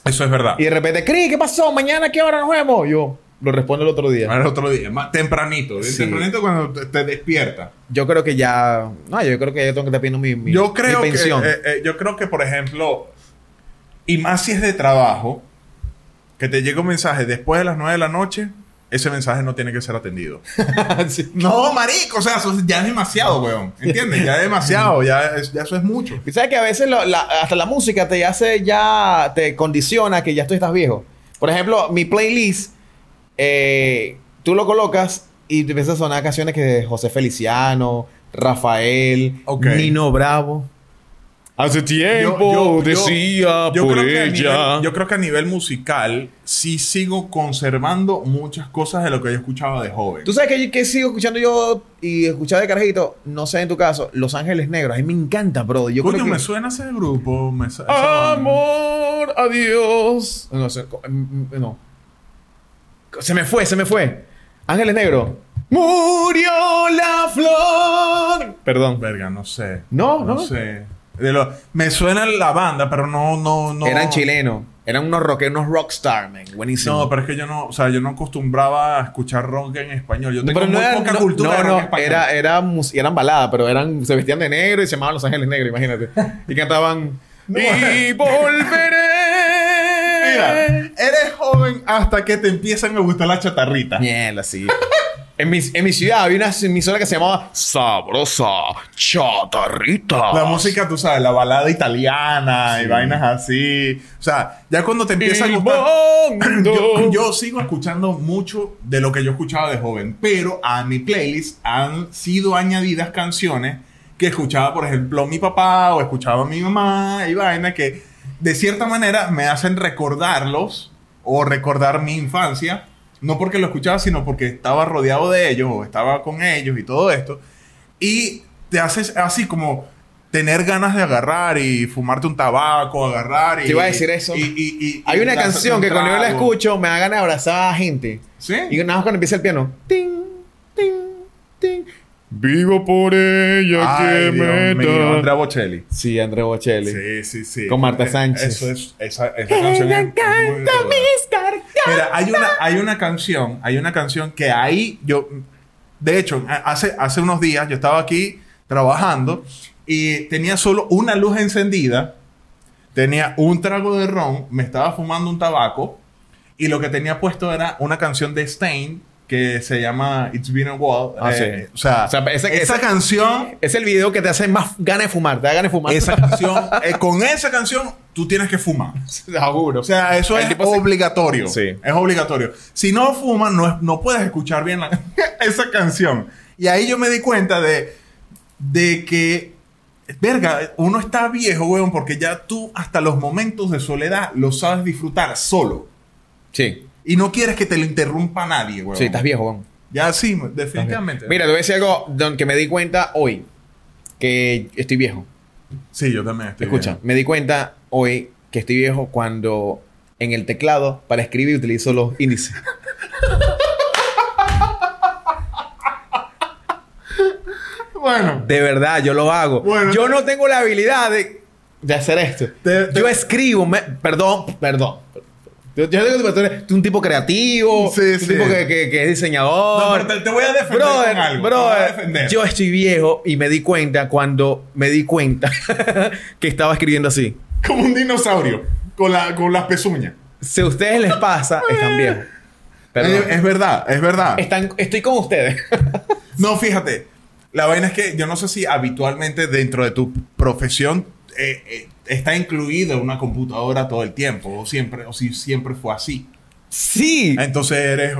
Speaker 2: Eso es verdad.
Speaker 1: Y de repente, Cris, ¿qué pasó? ¿Mañana a qué hora nos vemos? Yo lo respondo el otro día.
Speaker 2: Ahora el otro día, más tempranito. bien
Speaker 1: Sí.
Speaker 2: Tempranito cuando te, te despierta.
Speaker 1: Yo creo que ya. No, yo creo que ya tengo que estar pidiendo mi, mi,
Speaker 2: yo creo
Speaker 1: mi pensión.
Speaker 2: que eh, eh, yo creo que por ejemplo y más si es de trabajo que te llega un mensaje después de las 9 de la noche ese mensaje no tiene que ser atendido
Speaker 1: <laughs> Sí.
Speaker 2: no marico o sea eso ya es demasiado weón ¿entiendes? ya es demasiado ya, es- ya eso es mucho
Speaker 1: Y sabes que a veces lo- la- hasta la música te hace ya. te condiciona que ya tú estás viejo. Por ejemplo, mi playlist, eh, tú lo colocas y te empiezan a sonar canciones que de José Feliciano, Rafael,
Speaker 2: Ok.
Speaker 1: Nino Bravo. Hace
Speaker 2: yo- yo creo que a nivel- yo creo que a nivel musical sí sigo conservando muchas cosas de lo que yo escuchaba de joven
Speaker 1: Tú sabes que, que sigo escuchando yo y escuchaba de carajito, no sé en tu caso, Los Ángeles Negros. A mí me encanta, bro. Yo
Speaker 2: coño
Speaker 1: creo que...
Speaker 2: me suena ese grupo me su- esa banda.
Speaker 1: Amor, adiós. No sé, co- mm, mm, no. Se me fue, se me fue. Ángeles Negros. Murió la flor. Perdón.
Speaker 2: Verga, no sé.
Speaker 1: No,
Speaker 2: no.
Speaker 1: no.
Speaker 2: sé. De lo- me suena la banda, pero no, no, no.
Speaker 1: Eran chilenos. Eran unos rockeros, unos rockstar, man. Buenísimo.
Speaker 2: No, pero es que yo no, o sea, yo no acostumbraba a escuchar rock en español. Yo tengo muy
Speaker 1: era-
Speaker 2: poca
Speaker 1: no,
Speaker 2: cultura
Speaker 1: no,
Speaker 2: de rock
Speaker 1: no,
Speaker 2: en español.
Speaker 1: era, era mus- eran baladas, pero eran, se vestían de negro y se llamaban Los Ángeles Negros, imagínate. Y
Speaker 2: <laughs>
Speaker 1: cantaban... Y
Speaker 2: Mira,
Speaker 1: volveré.
Speaker 2: eres joven hasta que te empiezan a gustar la chatarrita.
Speaker 1: Mierda, sí. En mi, en mi ciudad había una emisora que se llamaba Sabrosa Chatarrita.
Speaker 2: La música, tú sabes, la balada italiana y vainas así. O sea, ya cuando te empieza a
Speaker 1: El
Speaker 2: gustar.
Speaker 1: mundo.
Speaker 2: <clears throat> Yo, yo sigo escuchando mucho de lo que yo escuchaba de joven, pero a mi playlist han sido añadidas canciones que escuchaba, por ejemplo, mi papá o escuchaba mi mamá y vaina que de cierta manera me hacen recordarlos o recordar mi infancia no porque lo escuchaba, sino porque estaba rodeado de ellos o estaba con ellos y todo esto. Y te haces así como tener ganas de agarrar y fumarte un tabaco, agarrar y...
Speaker 1: Te iba a decir eso.
Speaker 2: y- y- y-
Speaker 1: Hay
Speaker 2: y
Speaker 1: una
Speaker 2: lanzarte
Speaker 1: canción
Speaker 2: un
Speaker 1: que cuando yo la
Speaker 2: trago.
Speaker 1: escucho me da ganas de abrazar a gente.
Speaker 2: Sí.
Speaker 1: Y nada más cuando empieza el piano. Ting, ting, ting. Vivo por ella
Speaker 2: Ay, Dios mío, Andrea Bocelli.
Speaker 1: Sí, Andrea Bocelli.
Speaker 2: Sí, sí, sí.
Speaker 1: Con Marta
Speaker 2: Eh,
Speaker 1: Sánchez.
Speaker 2: Eso es, esa, esa canción es, es muy dura. Mira, hay una, hay una canción, hay una canción que ahí yo, de hecho, a- hace, hace unos días yo estaba aquí trabajando y tenía solo una luz encendida, tenía un trago de ron, me estaba fumando un tabaco y lo que tenía puesto era una canción de Stain que se llama It's Been a While. Eh,
Speaker 1: Ah, sí.
Speaker 2: O sea,
Speaker 1: O sea, esa-
Speaker 2: esa, canción
Speaker 1: <laughs> Es el video que te hace más ganas de fumar. Te da ganas de fumar. <laughs>
Speaker 2: esa canción, eh, con esa canción tú tienes que fumar.
Speaker 1: Seguro.
Speaker 2: O sea, eso
Speaker 1: El
Speaker 2: es
Speaker 1: tipo se-
Speaker 2: obligatorio.
Speaker 1: Sí.
Speaker 2: Es obligatorio. Si no fumas, no, es- no puedes escuchar bien la- <laughs> esa canción. Y ahí yo me di cuenta de, de que, verga, uno está viejo, weón, porque ya tú hasta los momentos de soledad los sabes disfrutar solo.
Speaker 1: sí.
Speaker 2: Y no quieres que te lo interrumpa nadie, weón.
Speaker 1: Sí, estás viejo, Juan.
Speaker 2: Ya sí, definitivamente.
Speaker 1: Mira, te voy a decir algo don, que me di cuenta hoy. Que estoy viejo.
Speaker 2: Sí, yo también estoy
Speaker 1: Escucha,
Speaker 2: bien.
Speaker 1: me di cuenta hoy que estoy viejo cuando en el teclado para escribir utilizo los índices.
Speaker 2: Bueno.
Speaker 1: <laughs> De verdad, yo lo hago.
Speaker 2: Bueno,
Speaker 1: yo
Speaker 2: te-
Speaker 1: no tengo la habilidad de, de hacer esto.
Speaker 2: Te- te-
Speaker 1: Yo escribo, me- perdón, perdón. Yo, yo digo, pero tú eres tú un tipo creativo,
Speaker 2: Sí,
Speaker 1: un
Speaker 2: sí.
Speaker 1: tipo que, que- que es
Speaker 2: No,
Speaker 1: diseñador.
Speaker 2: pero te, te voy a defender
Speaker 1: Brother,
Speaker 2: con algo. te voy a
Speaker 1: brother,
Speaker 2: defender.
Speaker 1: yo estoy viejo y me di cuenta cuando me di cuenta <laughs> que estaba escribiendo así.
Speaker 2: Como un dinosaurio. Con, la, con las pezuñas.
Speaker 1: Si a ustedes les
Speaker 2: <laughs>
Speaker 1: pasa, están viejos. Perdón.
Speaker 2: Es, es verdad, es verdad.
Speaker 1: Están- estoy con ustedes. <laughs>
Speaker 2: No, fíjate. La vaina es que yo no sé si habitualmente dentro de tu profesión eh, eh, está incluida una computadora todo el tiempo. O siempre, o si siempre fue así.
Speaker 1: sí.
Speaker 2: <laughs> Entonces eres.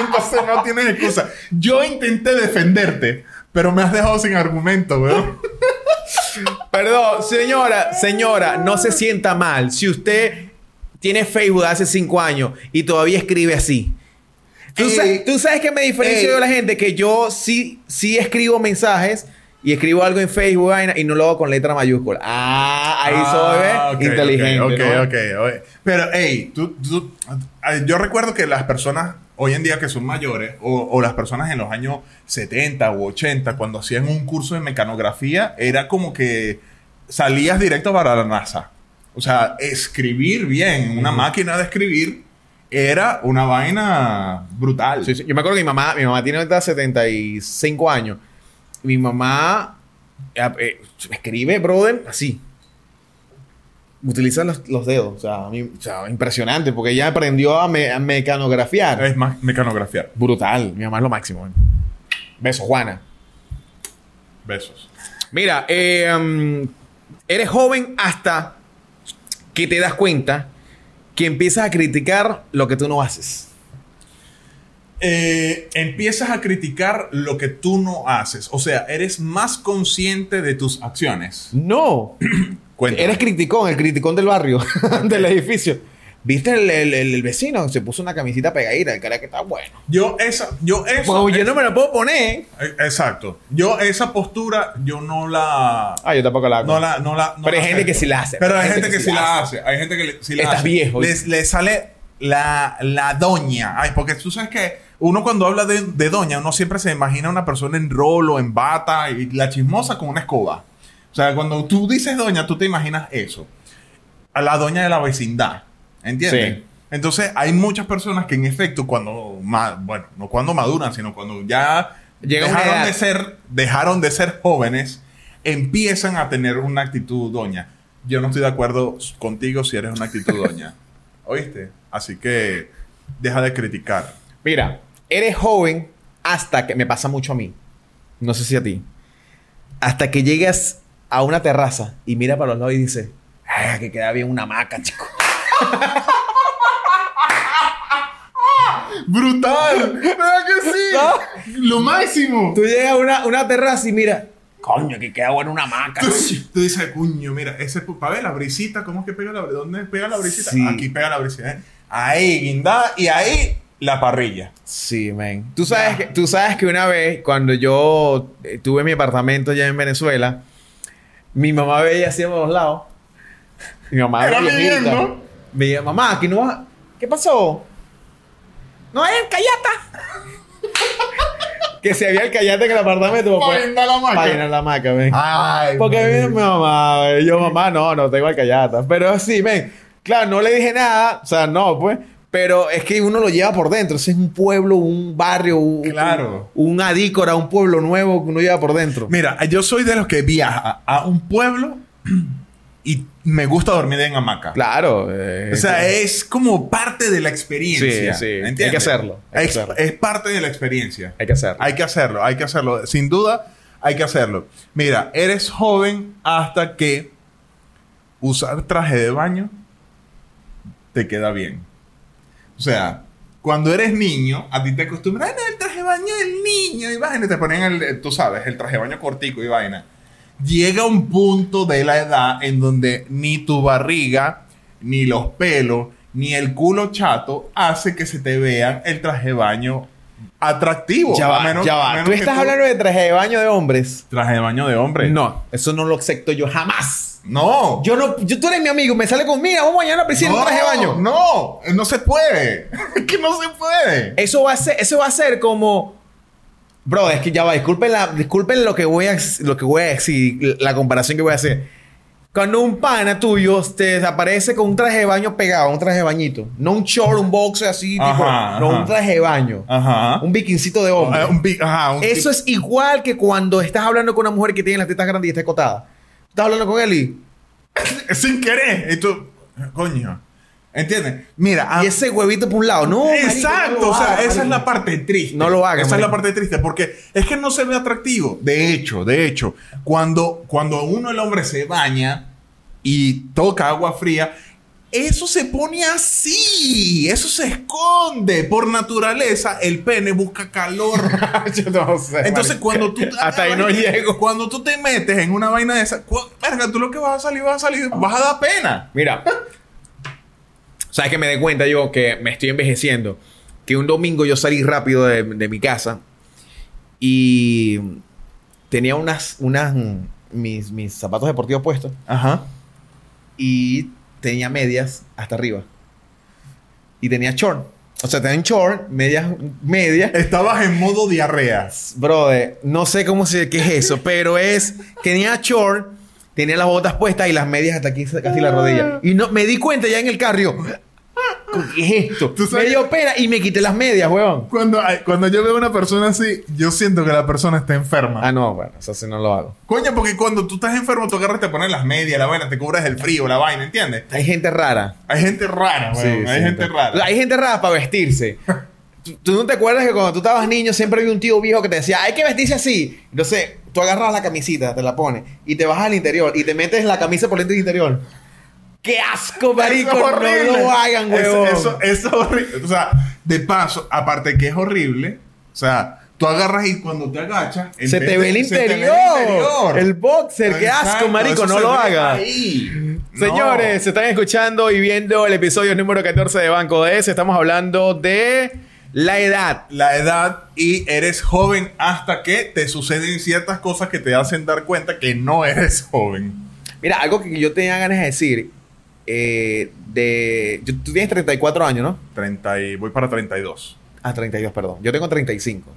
Speaker 2: Entonces no tienes excusa. Yo intenté defenderte, pero me has dejado sin argumento, weón.
Speaker 1: Perdón, señora, señora, no se sienta mal. Si usted tiene Facebook de hace cinco años y todavía escribe así. Tú,
Speaker 2: Ey.
Speaker 1: sa- tú sabes que me diferencio
Speaker 2: Ey.
Speaker 1: de la gente que yo sí, sí escribo mensajes y escribo algo en Facebook vaina, y no lo hago con letra mayúscula. Ah, ahí
Speaker 2: Ah,
Speaker 1: soy ¿ves?
Speaker 2: ok,
Speaker 1: inteligente.
Speaker 2: Ok,
Speaker 1: ¿no?
Speaker 2: ok, ok. Pero, hey, tú, tú- ah, yo recuerdo que las personas hoy en día que son mayores, o, o las personas en los años 70 u 80, cuando hacían un curso de mecanografía, era como que salías directo para la NASA. O sea, escribir bien, una máquina de escribir, era una vaina brutal.
Speaker 1: Sí, sí. Yo me acuerdo que mi mamá, mi mamá tiene ahorita 75 años. Mi mamá eh, eh, escribe, brother, así. Utiliza los, los dedos. O sea, a mí- o sea, impresionante, porque ella aprendió a, me- a mecanografiar.
Speaker 2: Es más, mecanografiar.
Speaker 1: Brutal. Mi mamá es lo máximo. man. Beso, Juana.
Speaker 2: Besos.
Speaker 1: Mira, eh, mm, eres joven hasta que te das cuenta que empiezas a criticar lo que tú no haces.
Speaker 2: eh, empiezas a criticar lo que tú no haces. O sea, eres más consciente de tus acciones.
Speaker 1: No.
Speaker 2: Cuéntame.
Speaker 1: Eres criticón, el criticón del barrio, <laughs> del edificio. ¿Viste el, el- el- el vecino? Se puso una camisita pegadita, el cara que está bueno.
Speaker 2: Yo esa, yo eso.
Speaker 1: Pues yo no me la puedo poner.
Speaker 2: eh, Exacto. Yo esa postura, yo no la,
Speaker 1: Ah, yo tampoco la hago.
Speaker 2: no la, no la. no
Speaker 1: Pero hay
Speaker 2: la
Speaker 1: gente que sí la hace.
Speaker 2: Pero hay gente que sí la hace. Hay gente que le- sí la
Speaker 1: Estás
Speaker 2: hace.
Speaker 1: viejo.
Speaker 2: Les, les sale la, la doña. Ay, porque tú sabes que uno cuando habla de, de doña, uno siempre se imagina una persona en rolo, en bata y la chismosa con una escoba. O sea, cuando tú dices doña, tú te imaginas eso. A la doña de la vecindad. ¿Entiendes?
Speaker 1: Sí.
Speaker 2: Entonces, hay muchas personas que en efecto, cuando, ma- bueno, no cuando maduran, sino cuando ya
Speaker 1: Llega una
Speaker 2: dejaron
Speaker 1: edad.
Speaker 2: de ser, dejaron de ser jóvenes, empiezan a tener una actitud doña. Yo no estoy de acuerdo contigo si eres una actitud
Speaker 1: <laughs>
Speaker 2: doña. ¿Oíste? Así que deja de criticar.
Speaker 1: Mira, eres joven hasta que. Me pasa mucho a mí. No sé si a ti. Hasta que llegas a una terraza y mira para los lados y dices: "Ah, que queda bien una hamaca, chico.
Speaker 2: ¡Brutal! ¿Verdad que
Speaker 1: <laughs>
Speaker 2: sí? ¡Lo máximo!
Speaker 1: Tú llegas a una, una terraza y mira. Coño, que queda buena una hamaca.
Speaker 2: Tú,
Speaker 1: chico".
Speaker 2: tú dices, cuño, mira, ese para ver la brisita, ¿cómo es que pega la brisita? ¿Dónde pega la brisita?
Speaker 1: Sí.
Speaker 2: Aquí pega la brisita. ¿eh? Ahí guindada y ahí la parrilla.
Speaker 1: Sí, man. Tú sabes, que, tú sabes que una vez, cuando yo eh, tuve mi apartamento allá en Venezuela, mi mamá veía así a los lados. Mi mamá
Speaker 2: Era
Speaker 1: viejita.
Speaker 2: viviendo.
Speaker 1: Veía, mamá, aquí no vas. ¿Qué pasó? No hay alcayata. <laughs> que se había alcayata en el apartamento.
Speaker 2: Para guindar la hamaca.
Speaker 1: Para llenar la hamaca, ven.
Speaker 2: Ay,
Speaker 1: Porque
Speaker 2: marico.
Speaker 1: mi mamá, güey. yo mamá, no, no tengo alcayata. Pero sí, men, claro, no le dije nada, o sea, no, pues. Pero es que uno lo lleva por dentro. Ese es un pueblo, un barrio, un,
Speaker 2: Claro.
Speaker 1: un, un adícora, un pueblo nuevo que uno lleva por dentro.
Speaker 2: Mira, yo soy de los que viaja a un pueblo y me gusta dormir en hamaca.
Speaker 1: Claro. eh,
Speaker 2: O sea,
Speaker 1: que-
Speaker 2: es como parte de la experiencia.
Speaker 1: Sí, sí.
Speaker 2: ¿entiendes?
Speaker 1: Hay que hacerlo, hay que
Speaker 2: Es,
Speaker 1: hacerlo.
Speaker 2: es parte de la experiencia.
Speaker 1: hay que hacerlo.
Speaker 2: Hay que hacerlo, hay que hacerlo. Sin duda, hay que hacerlo. Mira, eres joven hasta que usar traje de baño te queda bien. O sea, cuando eres niño, a ti te acostumbran al traje de baño del niño y vaina. y Te ponen, el, tú sabes, el traje de baño cortico y vaina. Llega un punto de la edad en donde ni tu barriga, ni los pelos, ni el culo chato hace que se te vean el traje de baño atractivo.
Speaker 1: ya
Speaker 2: A
Speaker 1: va,
Speaker 2: menos-
Speaker 1: ya
Speaker 2: a
Speaker 1: va.
Speaker 2: menos
Speaker 1: ¿Tú
Speaker 2: que
Speaker 1: estás hablando de traje de baño de hombres?
Speaker 2: Traje de baño de hombre.
Speaker 1: No, eso no lo acepto yo jamás.
Speaker 2: No.
Speaker 1: Yo no, yo, tú eres mi amigo, me sale con, mira, vamos mañana a la piscina en
Speaker 2: no,
Speaker 1: traje de baño.
Speaker 2: No, no se puede. <laughs> Es que no se puede.
Speaker 1: Eso va a ser, eso va a ser como. Bro, es que ya va, disculpen, la, disculpen lo que voy a lo que voy a decir, la comparación que voy a hacer. Cuando un pana tuyo te aparece con un traje de baño pegado, un traje de bañito, no un short, un boxer así,
Speaker 2: Ajá,
Speaker 1: tipo, no
Speaker 2: ajá.
Speaker 1: un traje de baño,
Speaker 2: Ajá.
Speaker 1: un bikincito de hombre.
Speaker 2: Ah, un pi- ajá, un
Speaker 1: Eso es igual que cuando estás hablando con una mujer que tiene las tetas grandes y está escotada. Estás hablando con él y,
Speaker 2: pi- <laughs> sin querer. Y tú, coño. ¿Entiendes? Mira, a-
Speaker 1: y ese huevito por un lado, no. marico,
Speaker 2: Ah. Exacto,
Speaker 1: no lo
Speaker 2: o sea,
Speaker 1: hagas,
Speaker 2: esa es
Speaker 1: marico.
Speaker 2: la parte triste.
Speaker 1: No lo hagas,
Speaker 2: Esa es la
Speaker 1: marico.
Speaker 2: parte triste porque es que no se ve atractivo. De hecho, de hecho, cuando cuando uno el hombre se baña y toca agua fría, eso se pone así, eso se esconde. Por naturaleza, el pene busca calor.
Speaker 1: <laughs> <laughs> Yo no sé,
Speaker 2: Entonces,
Speaker 1: marico.
Speaker 2: cuando tú Ah,
Speaker 1: Hasta ahí
Speaker 2: <laughs>
Speaker 1: no llego.
Speaker 2: Cuando tú te metes en una vaina de esa, cu- verga, tú lo que vas a salir, vas a salir, vas a dar pena.
Speaker 1: Mira, sabes que me di cuenta yo que me estoy envejeciendo. Que un domingo yo salí rápido de, de mi casa y tenía unas, unas mm, mis, mis zapatos deportivos puestos
Speaker 2: Ajá.
Speaker 1: y tenía medias hasta arriba. Y tenía short. O sea, tenía un short, medias, medias.
Speaker 2: Estabas en modo diarrea.
Speaker 1: Brother, no sé cómo se qué es eso, pero es tenía short, tenía las botas puestas y las medias hasta aquí casi la rodilla. Y no me di cuenta ya en el carro. yo, ¿Qué es esto?
Speaker 2: ¿Tú sabes?
Speaker 1: Me dio pena y me quité las medias, huevón.
Speaker 2: Cuando, ay, cuando yo veo a una persona así, yo siento que la persona está enferma.
Speaker 1: Ah, no, bueno, eso sí no lo hago.
Speaker 2: Coño, porque cuando tú estás enfermo, tú agarras, te pones las medias, la vaina, te cubres el frío, la vaina, ¿entiendes?
Speaker 1: Hay gente rara.
Speaker 2: Hay gente rara,
Speaker 1: Sí,
Speaker 2: weón. hay
Speaker 1: sí,
Speaker 2: gente
Speaker 1: ent-
Speaker 2: rara.
Speaker 1: Hay gente rara para vestirse. ¿Tú, tú no te acuerdas que cuando tú estabas niño siempre había un tío viejo que te decía, hay que vestirse así? Entonces, tú agarras la camisita, te la pones y te vas al interior y te metes la camisa por dentro del interior. ¡Qué asco, marico!
Speaker 2: Eso es
Speaker 1: no lo hagan,
Speaker 2: Eso-
Speaker 1: huevón.
Speaker 2: Eso, eso es horrible. O sea, de paso, aparte que es horrible, o sea, tú agarras y cuando te agachas... en
Speaker 1: se
Speaker 2: vez
Speaker 1: te
Speaker 2: de-
Speaker 1: ve el
Speaker 2: se te ve
Speaker 1: interior.
Speaker 2: el
Speaker 1: el
Speaker 2: interior.
Speaker 1: boxer. ¡Qué
Speaker 2: Exacto,
Speaker 1: asco, marico!
Speaker 2: eso
Speaker 1: No
Speaker 2: se
Speaker 1: lo
Speaker 2: ve
Speaker 1: haga.
Speaker 2: ahí. No.
Speaker 1: Señores, se están escuchando y viendo el episodio número 14 de Banco DS. Estamos hablando de la edad.
Speaker 2: la edad y eres joven hasta que te suceden ciertas cosas que te hacen dar cuenta que no eres <laughs> joven.
Speaker 1: Mira, algo que yo tenía ganas de decir. eh, de, yo- tú tienes 34 años, ¿no?
Speaker 2: 30 y, voy para 32.
Speaker 1: Ah, 32, perdón. Yo tengo 35.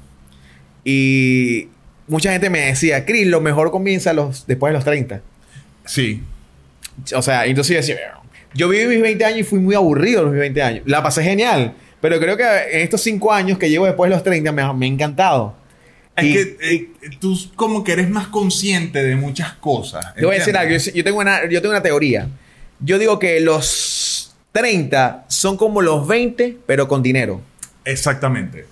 Speaker 1: Y mucha gente me decía, Chris, lo mejor comienza a los, después de los 30.
Speaker 2: Sí.
Speaker 1: O sea, entonces yo decía, "Mira, yo viví mis 20 años y fui muy aburrido los mis 20 años. La pasé genial. Pero creo que en estos 5 años que llevo después de los 30 me, ha- me ha encantado.
Speaker 2: Es
Speaker 1: Y-
Speaker 2: que eh, tú como que eres más consciente de muchas cosas.
Speaker 1: Te voy a decir algo.
Speaker 2: ¿entiendes?
Speaker 1: Yo, yo tengo una, yo tengo una teoría. Yo digo que los 30 son como los 20, pero con dinero.
Speaker 2: Exactamente.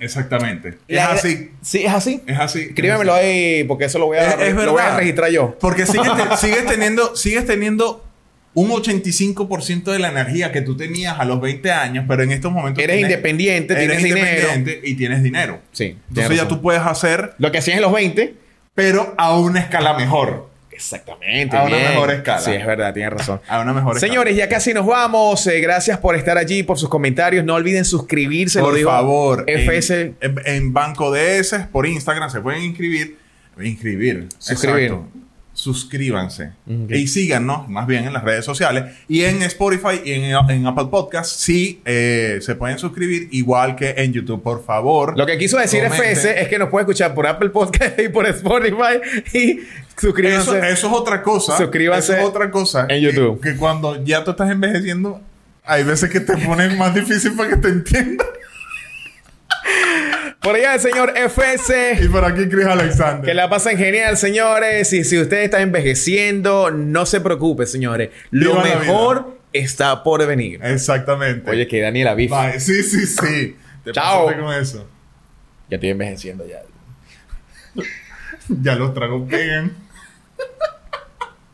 Speaker 2: Exactamente.
Speaker 1: La-
Speaker 2: es así.
Speaker 1: Sí, es así.
Speaker 2: Es así. es
Speaker 1: Escríbemelo
Speaker 2: así.
Speaker 1: ahí porque eso lo voy a,
Speaker 2: Es- es
Speaker 1: lo voy a
Speaker 2: verdad.
Speaker 1: registrar yo.
Speaker 2: Porque sigues, te- sigues teniendo, sigues teniendo un 85% de la energía que tú tenías a los 20 años, pero en estos momentos...
Speaker 1: Eres independiente,
Speaker 2: eres
Speaker 1: tienes
Speaker 2: independiente y tienes dinero.
Speaker 1: Sí, tienes
Speaker 2: Entonces ya
Speaker 1: razón.
Speaker 2: tú puedes hacer,
Speaker 1: Lo que hacías en los 20,
Speaker 2: pero a una escala mejor.
Speaker 1: Exactamente.
Speaker 2: A una
Speaker 1: bien.
Speaker 2: mejor escala.
Speaker 1: Sí, es verdad, tienes razón.
Speaker 2: A una mejor escala.
Speaker 1: Señores, ya casi nos vamos. Eh, gracias por estar allí, por sus comentarios. No olviden suscribirse.
Speaker 2: por
Speaker 1: lo digo,
Speaker 2: favor, en-
Speaker 1: FS.
Speaker 2: En, en Banco DS, por Instagram, se pueden inscribir. Inscribir.
Speaker 1: Suscribir.
Speaker 2: exacto. Suscríbanse.
Speaker 1: Ok.
Speaker 2: Y síganos, más bien, en las redes sociales. Y en Spotify y en, en Apple Podcast, sí, eh, se pueden suscribir, igual que en YouTube, por favor.
Speaker 1: Lo que quiso decir
Speaker 2: Comenten.
Speaker 1: FS es que nos puede escuchar por Apple Podcast <laughs> y por Spotify. Y
Speaker 2: Eso,
Speaker 1: suscríbanse.
Speaker 2: eso es otra cosa.
Speaker 1: Suscríbanse
Speaker 2: Eso es otra cosa.
Speaker 1: en YouTube.
Speaker 2: Que, que cuando ya tú estás envejeciendo, hay veces que te ponen más difícil para que te entiendan.
Speaker 1: Por allá el señor FS.
Speaker 2: <laughs> Y por aquí, Chris Alexander.
Speaker 1: Que la pasen genial, señores. Y si usted está envejeciendo, no se preocupe, señores. Lo
Speaker 2: Viva la
Speaker 1: mejor está por venir.
Speaker 2: Exactamente.
Speaker 1: Oye, que Daniela Biff.
Speaker 2: Bye. Sí, sí, sí. Te
Speaker 1: Chao.
Speaker 2: pasaste con eso.
Speaker 1: Ya estoy envejeciendo ya.
Speaker 2: Ya los tragos pegan.